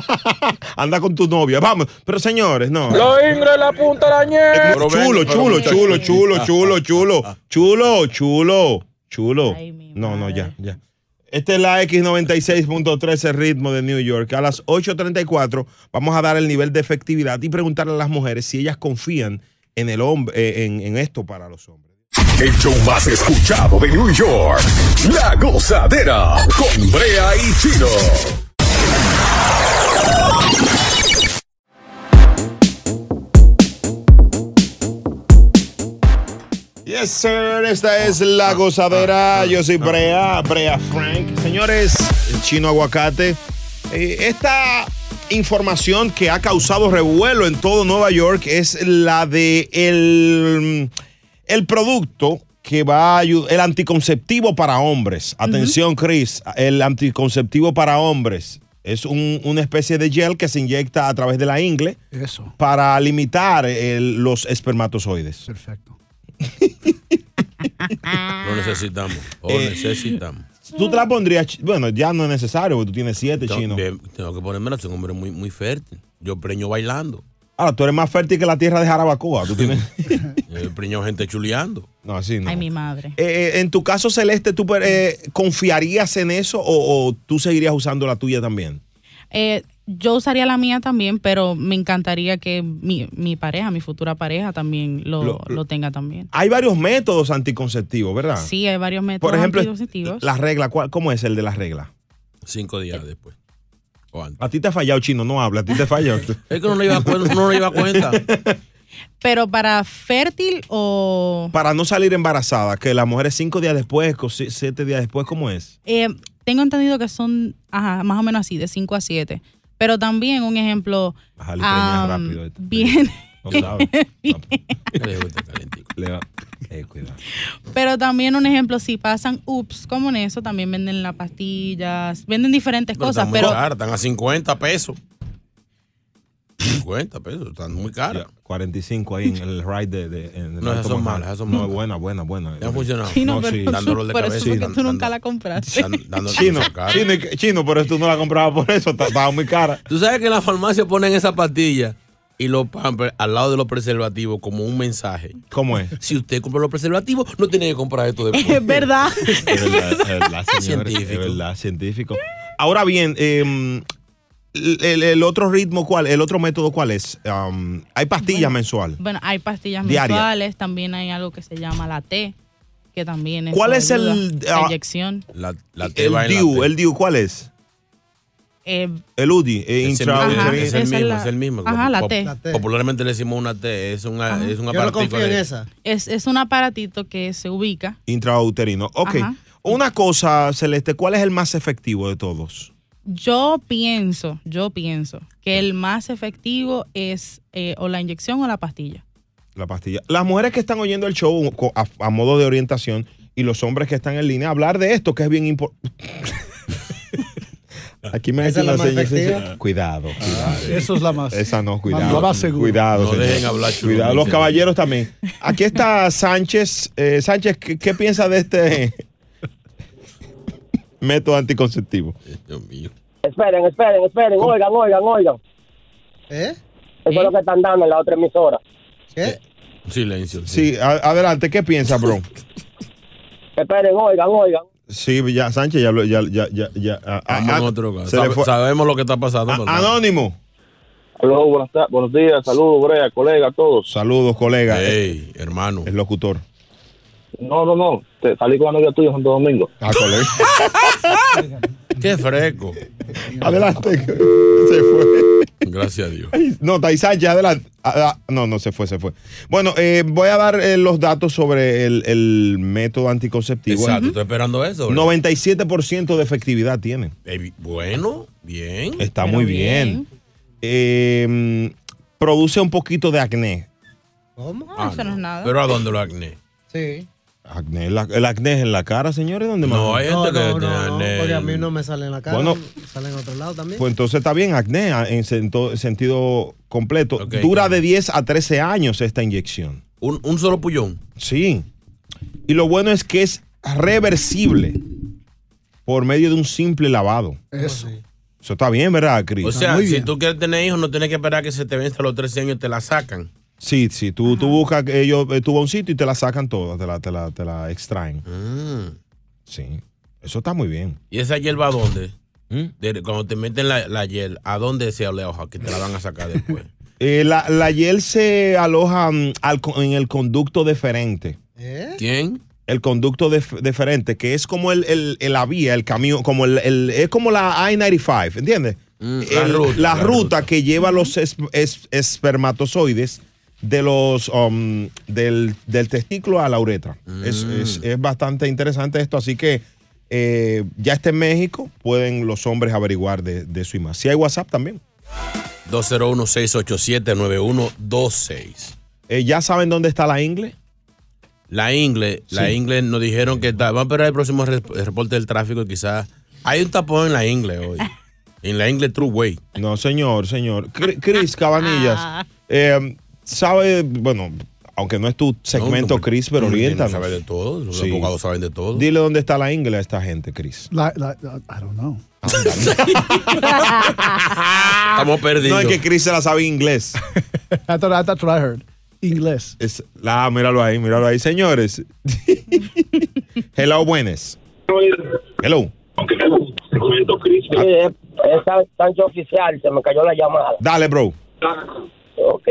C: Anda con tu novia, vamos. Pero señores, no. Eh,
W: Ingres, la punta arañera.
C: Chulo, chulo, chulo, chulo, chulo, chulo, Ah, chulo, chulo, chulo, chulo. No, no, ya, ya. Esta es la X96.3, el ritmo de New York. A las 8.34 vamos a dar el nivel de efectividad y preguntarle a las mujeres si ellas confían en el hombre, eh, en, en esto para los hombres.
B: El show más escuchado de New York. La gozadera con Brea y Chino.
C: Yes, sir. Esta es la gozadera. Yo soy Brea, Brea Frank. Señores, el chino aguacate. Eh, esta información que ha causado revuelo en todo Nueva York es la de el, el producto que va a ayu- el anticonceptivo para hombres. Atención, Chris, el anticonceptivo para hombres. Es un- una especie de gel que se inyecta a través de la ingle
H: Eso.
C: para limitar el- los espermatozoides.
H: Perfecto.
E: Lo necesitamos. Lo
C: Eh,
E: necesitamos.
C: Tú te la pondrías, chi- bueno, ya no es necesario, porque tú tienes siete
E: Tengo,
C: chinos.
E: bien, tengo que ponérmela, soy un hombre muy, muy fértil. Yo preño bailando.
C: Ahora, tú eres más fértil que la tierra de Jarabacoa. Tú tienes...
E: Yo preño gente chuleando.
C: No, así no.
D: Ay, mi madre.
C: Eh, eh, en tu caso, Celeste, ¿tú eh, confiarías en eso o, o tú seguirías usando la tuya también?
D: Eh, yo usaría la mía también, pero me encantaría que mi, mi pareja, mi futura pareja también lo,
C: Lo-
D: lo tenga también.
C: Hay varios métodos anticonceptivos, ¿verdad?
D: Sí, hay varios métodos
C: Por ejemplo,
D: anticonceptivos.
C: la regla, ¿cuál- ¿cómo es el de las reglas?
E: Cinco días después.
C: A ti te ha fallado, chino, no habla, a ti te falló.
E: Es que uno no iba a, cu- uno no iba a cuenta.
D: Pero para fértil o...
C: Para no salir embarazada, que las mujeres cinco días después, co- si- siete días después, ¿cómo es?
D: eh, tengo entendido que son ajá, más o menos así, de 5 a 7. Pero también un ejemplo...
C: Bájale, preña,
D: am,
C: rápido, este.
D: bien.
C: No sabe.
E: Le va-
C: eh, cuidado.
D: Pero también un ejemplo, si pasan ups, como en eso, también venden las pastillas, venden diferentes
E: Pero
D: cosas,
E: están muy
D: pero
E: caras, están a 50 pesos. 50 pesos, están muy caras.
C: 45 ahí en el ride de... de- en el
E: No, esas
C: Alto
E: son
C: Manhattan.
E: malas, esas son
C: No,
E: malas.
C: buena, buena, buena.
E: Ya han funcionado.
D: Sí, no, pero
E: Dan dolor de
D: por eso
E: cabeza.
D: fue que
E: Dan-
D: tú nunca la compraste.
E: dando-
C: Chino,
E: son caras.
C: chino, chino, pero tú no la comprabas por eso, ta- estaba muy cara.
E: Tú sabes que en la farmacia ponen esa pastilla y los pampers al lado de los preservativos como un mensaje.
C: ¿Cómo es?
E: Si usted compra los preservativos, no tiene que comprar esto después.
D: Es verdad.
C: Es verdad, es verdad, señores, es
E: Científico.
C: verdad, científico. Ahora bien, eh, el, el otro ritmo, ¿cuál? ¿El otro método cuál es? Am, hay pastillas mensual.
D: Bueno, hay pastillas
C: Diaria.
D: mensuales, también hay algo que se llama la T, que también es
C: ¿Cuál es el- ah,
D: inyección.
E: La,
C: el
E: va en la
C: DIU, el DIU, ¿cuál es?
D: Eh,
C: El UDI, eh,
E: Es el mismo,
C: intra-
E: es
D: Ajá,
E: el
D: esa es
E: mismo,
D: la-
E: es el mismo.
D: Ajá, la
E: Pop-
D: T. La T.
E: Popularmente le decimos una T, es un es un
M: Yo no
E: aparatico
M: confío en
E: de-
M: esa.
D: es, es un aparatito que se ubica.
C: intrauterino. Ok.
D: Ajá.
C: Una cosa, Celeste, ¿cuál es el más efectivo de todos?
D: Yo pienso, yo pienso que el más efectivo es eh, o la inyección o la pastilla.
C: La pastilla. Las mujeres que están oyendo el show co- a, a modo de orientación y los hombres que están en línea, hablar de esto que es bien importante. Aquí me hacen
M: Esa es la
C: la
M: más
C: señal, sí, sí.
M: efectiva.
C: Cuidado, cuidado.
M: Eso es la más.
C: Esa no, cuidado.
M: La más segura.
C: Cuidado,
E: No
C: señor.
E: dejen hablar, chulo,
C: Cuidado, los
E: dice.
C: caballeros también. Aquí está Sánchez. Eh, Sánchez, ¿qué, qué piensa de este método anticonceptivo?
Q: Esperen, esperen, esperen. Oigan, oigan, oigan. ¿Eh? Eso es lo que están dando en la otra emisora.
E: Silencio.
C: Sí, a- adelante, ¿qué piensa, bro?
Q: Esperen, oigan, oigan.
C: Sí, ya, Sánchez, ya, lo- ya, ya, ya, ya. ah, ah,
E: Vamos
C: ah,
E: en otro caso.
C: se le
E: Sabe-
C: fue-
E: sabemos lo que está pasando. normal.
C: Anónimo.
Q: Aló, buenas ta- buenos días, saludos, Brea, colega, a todos.
C: Saludos, colega.
E: Ey, hermano.
C: El locutor.
Q: No, no, no, te- salí con la novia tuya en Santo Domingo.
C: Ah, colega.
E: Qué fresco.
C: Adelante. Se fue.
E: Gracias a Dios.
C: Ay, No, Tai Sánchez, adelante. Ah, ah, no, no, se fue, se fue. Bueno, eh, voy a dar eh, los datos sobre el, el método anticonceptivo.
E: Exacto,
C: Ujú.
E: estoy esperando eso. bro.
C: 97% de efectividad tiene.
E: Ey, bueno, bien.
C: Está muy bien. Eh, produce un poquito de acné.
D: Ah, eso no es nada.
E: Pero ¿a dónde lo acné?
M: Sí.
C: acné la- el acné es en la cara, señores. ¿Dónde
E: No, hay gente que
M: no,
E: tiene
M: no,
E: acné.
M: porque a mí no me sale en la cara.
C: Bueno.
M: sale en otro lado también.
C: Pues entonces está bien, acné ah, en sento- sentido completo. Dura de 10 a 13 años esta inyección.
E: Un, un solo pullón.
C: Sí. Y lo bueno es que es reversible por medio de un simple lavado.
M: Eso.
C: Eso está bien, ¿verdad, Cris?
E: O sea, si tú quieres tener hijos, no tienes que esperar que se te vence a los 13 años y te la sacan.
C: Sí, sí, tú, tú buscas, que ellos, eh, tú vas a un sitio y te la sacan toda, te la, te la, te la extraen.
E: Ah.
C: Sí, eso está muy bien.
E: ¿Y esa hierba dónde?
C: ¿Mm?
E: De- cuando te meten la, la hiel, ¿a dónde se aleja que te la van a sacar después?
C: Eh, la, la hiel se aloja mm, al co- en el conducto deferente.
E: ¿Quién?
C: El conducto def- deferente, que es como el, el- el- la vía, el camión, como el, el- es como la I-95, ¿entiendes?
E: la
C: El-
E: ruta,
C: la
E: la
C: ruta que lleva los es- es- espermatozoides de los um, del, del testículo a la uretra. Es,
E: Mm.
C: es- es bastante interesante esto, así que eh, ya está en México, pueden los hombres averiguar de, de eso y más. Si hay WhatsApp también.
E: 201-687-9126.
C: Eh, ¿Ya saben dónde está la ingle?
E: La Ingle, la
C: Sí.
E: Ingle nos dijeron que está, va a esperar el próximo res- el reporte del tráfico y quizás hay un tapón en la Ingle hoy. En la Ingle True Way. Ah.
C: No, señor, señor. Cri- Chris Cabanillas, eh, sabe, bueno, aunque no es tu segmento, Chris, pero oriéntanos.
E: Sabe de todo, los
C: Sí.
E: abogados saben de todo.
C: Dile dónde está la ingle a esta gente, Chris.
M: La, la, la- I uh, don't know.
E: Estamos perdidos.
C: No, es que Chris se la sabe en inglés.
M: I thought, I thought what I heard. Inglés.
C: Es- la, ah, míralo ahí, míralo ahí, señores. Hello, buenas. Hello.
Q: Eh, Es San- Sancho Oficial, se me cayó la llamada.
C: Dale, bro.
Q: Ok.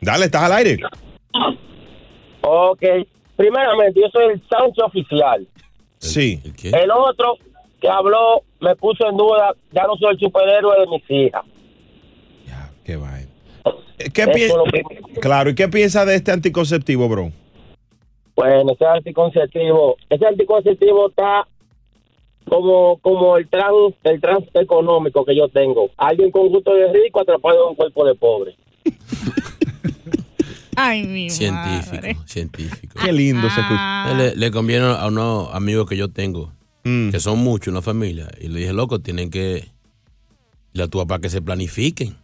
C: Dale, estás al aire.
Q: Ok. Primeramente, yo soy el Sancho Oficial.
C: Sí.
Q: El otro que habló me puso en duda, ya no soy el superhéroe de mis hijas.
C: ¿Qué
Q: Eso
C: piensas?
Q: lo que-
C: Claro, ¿y qué piensas de este anticonceptivo, bro?
Q: Bueno, ese anticonceptivo, ese anticonceptivo está como como el trans el trans económico que yo tengo. Alguien con gusto de rico atrapado en un cuerpo de pobre.
D: Ay, mi
E: Científico,
D: madre.
E: científico.
C: Qué lindo se escucha. Mm.
E: Le, le conviene a unos amigos que yo tengo, que son muchos, una familia. Y le dije, loco, tienen que la tuya para que se planifiquen.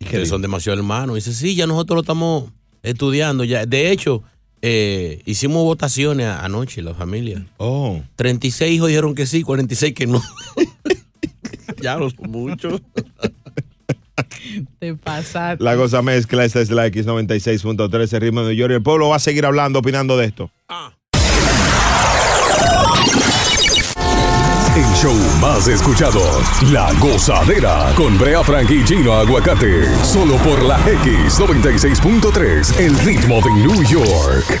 E: Ustedes son demasiado hermanos. Y dice, sí, ya nosotros lo estamos estudiando. ya De hecho, eh, hicimos votaciones a- anoche, la familia.
C: Oh.
E: 36 hijos dijeron que sí, 46 que no. ya los muchos.
D: Te pasaste.
C: La cosa mezcla, esta es la X96.3, el ritmo de New York. El pueblo va a seguir hablando, opinando de esto.
B: El show más escuchado, La Gozadera, con Brea Frank y Gino Aguacate, solo por la X96.3, el ritmo de New York.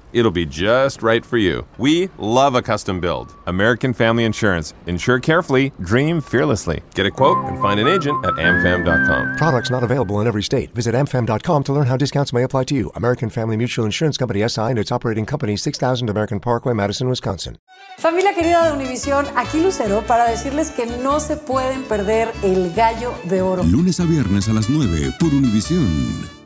X: It'll be just right for you. We love a custom build. American Family Insurance. Insure carefully, dream fearlessly. Get a quote and find an agent at amfam.com.
L: Products not available in every state. Visit amfam.com to learn how discounts may apply to you. American Family Mutual Insurance Company SI and its operating company 6000 American Parkway, Madison, Wisconsin.
S: Familia querida de Univisión, aquí Lucero para decirles que no se pueden perder el gallo de oro.
N: Lunes a viernes a las 9 por Univisión.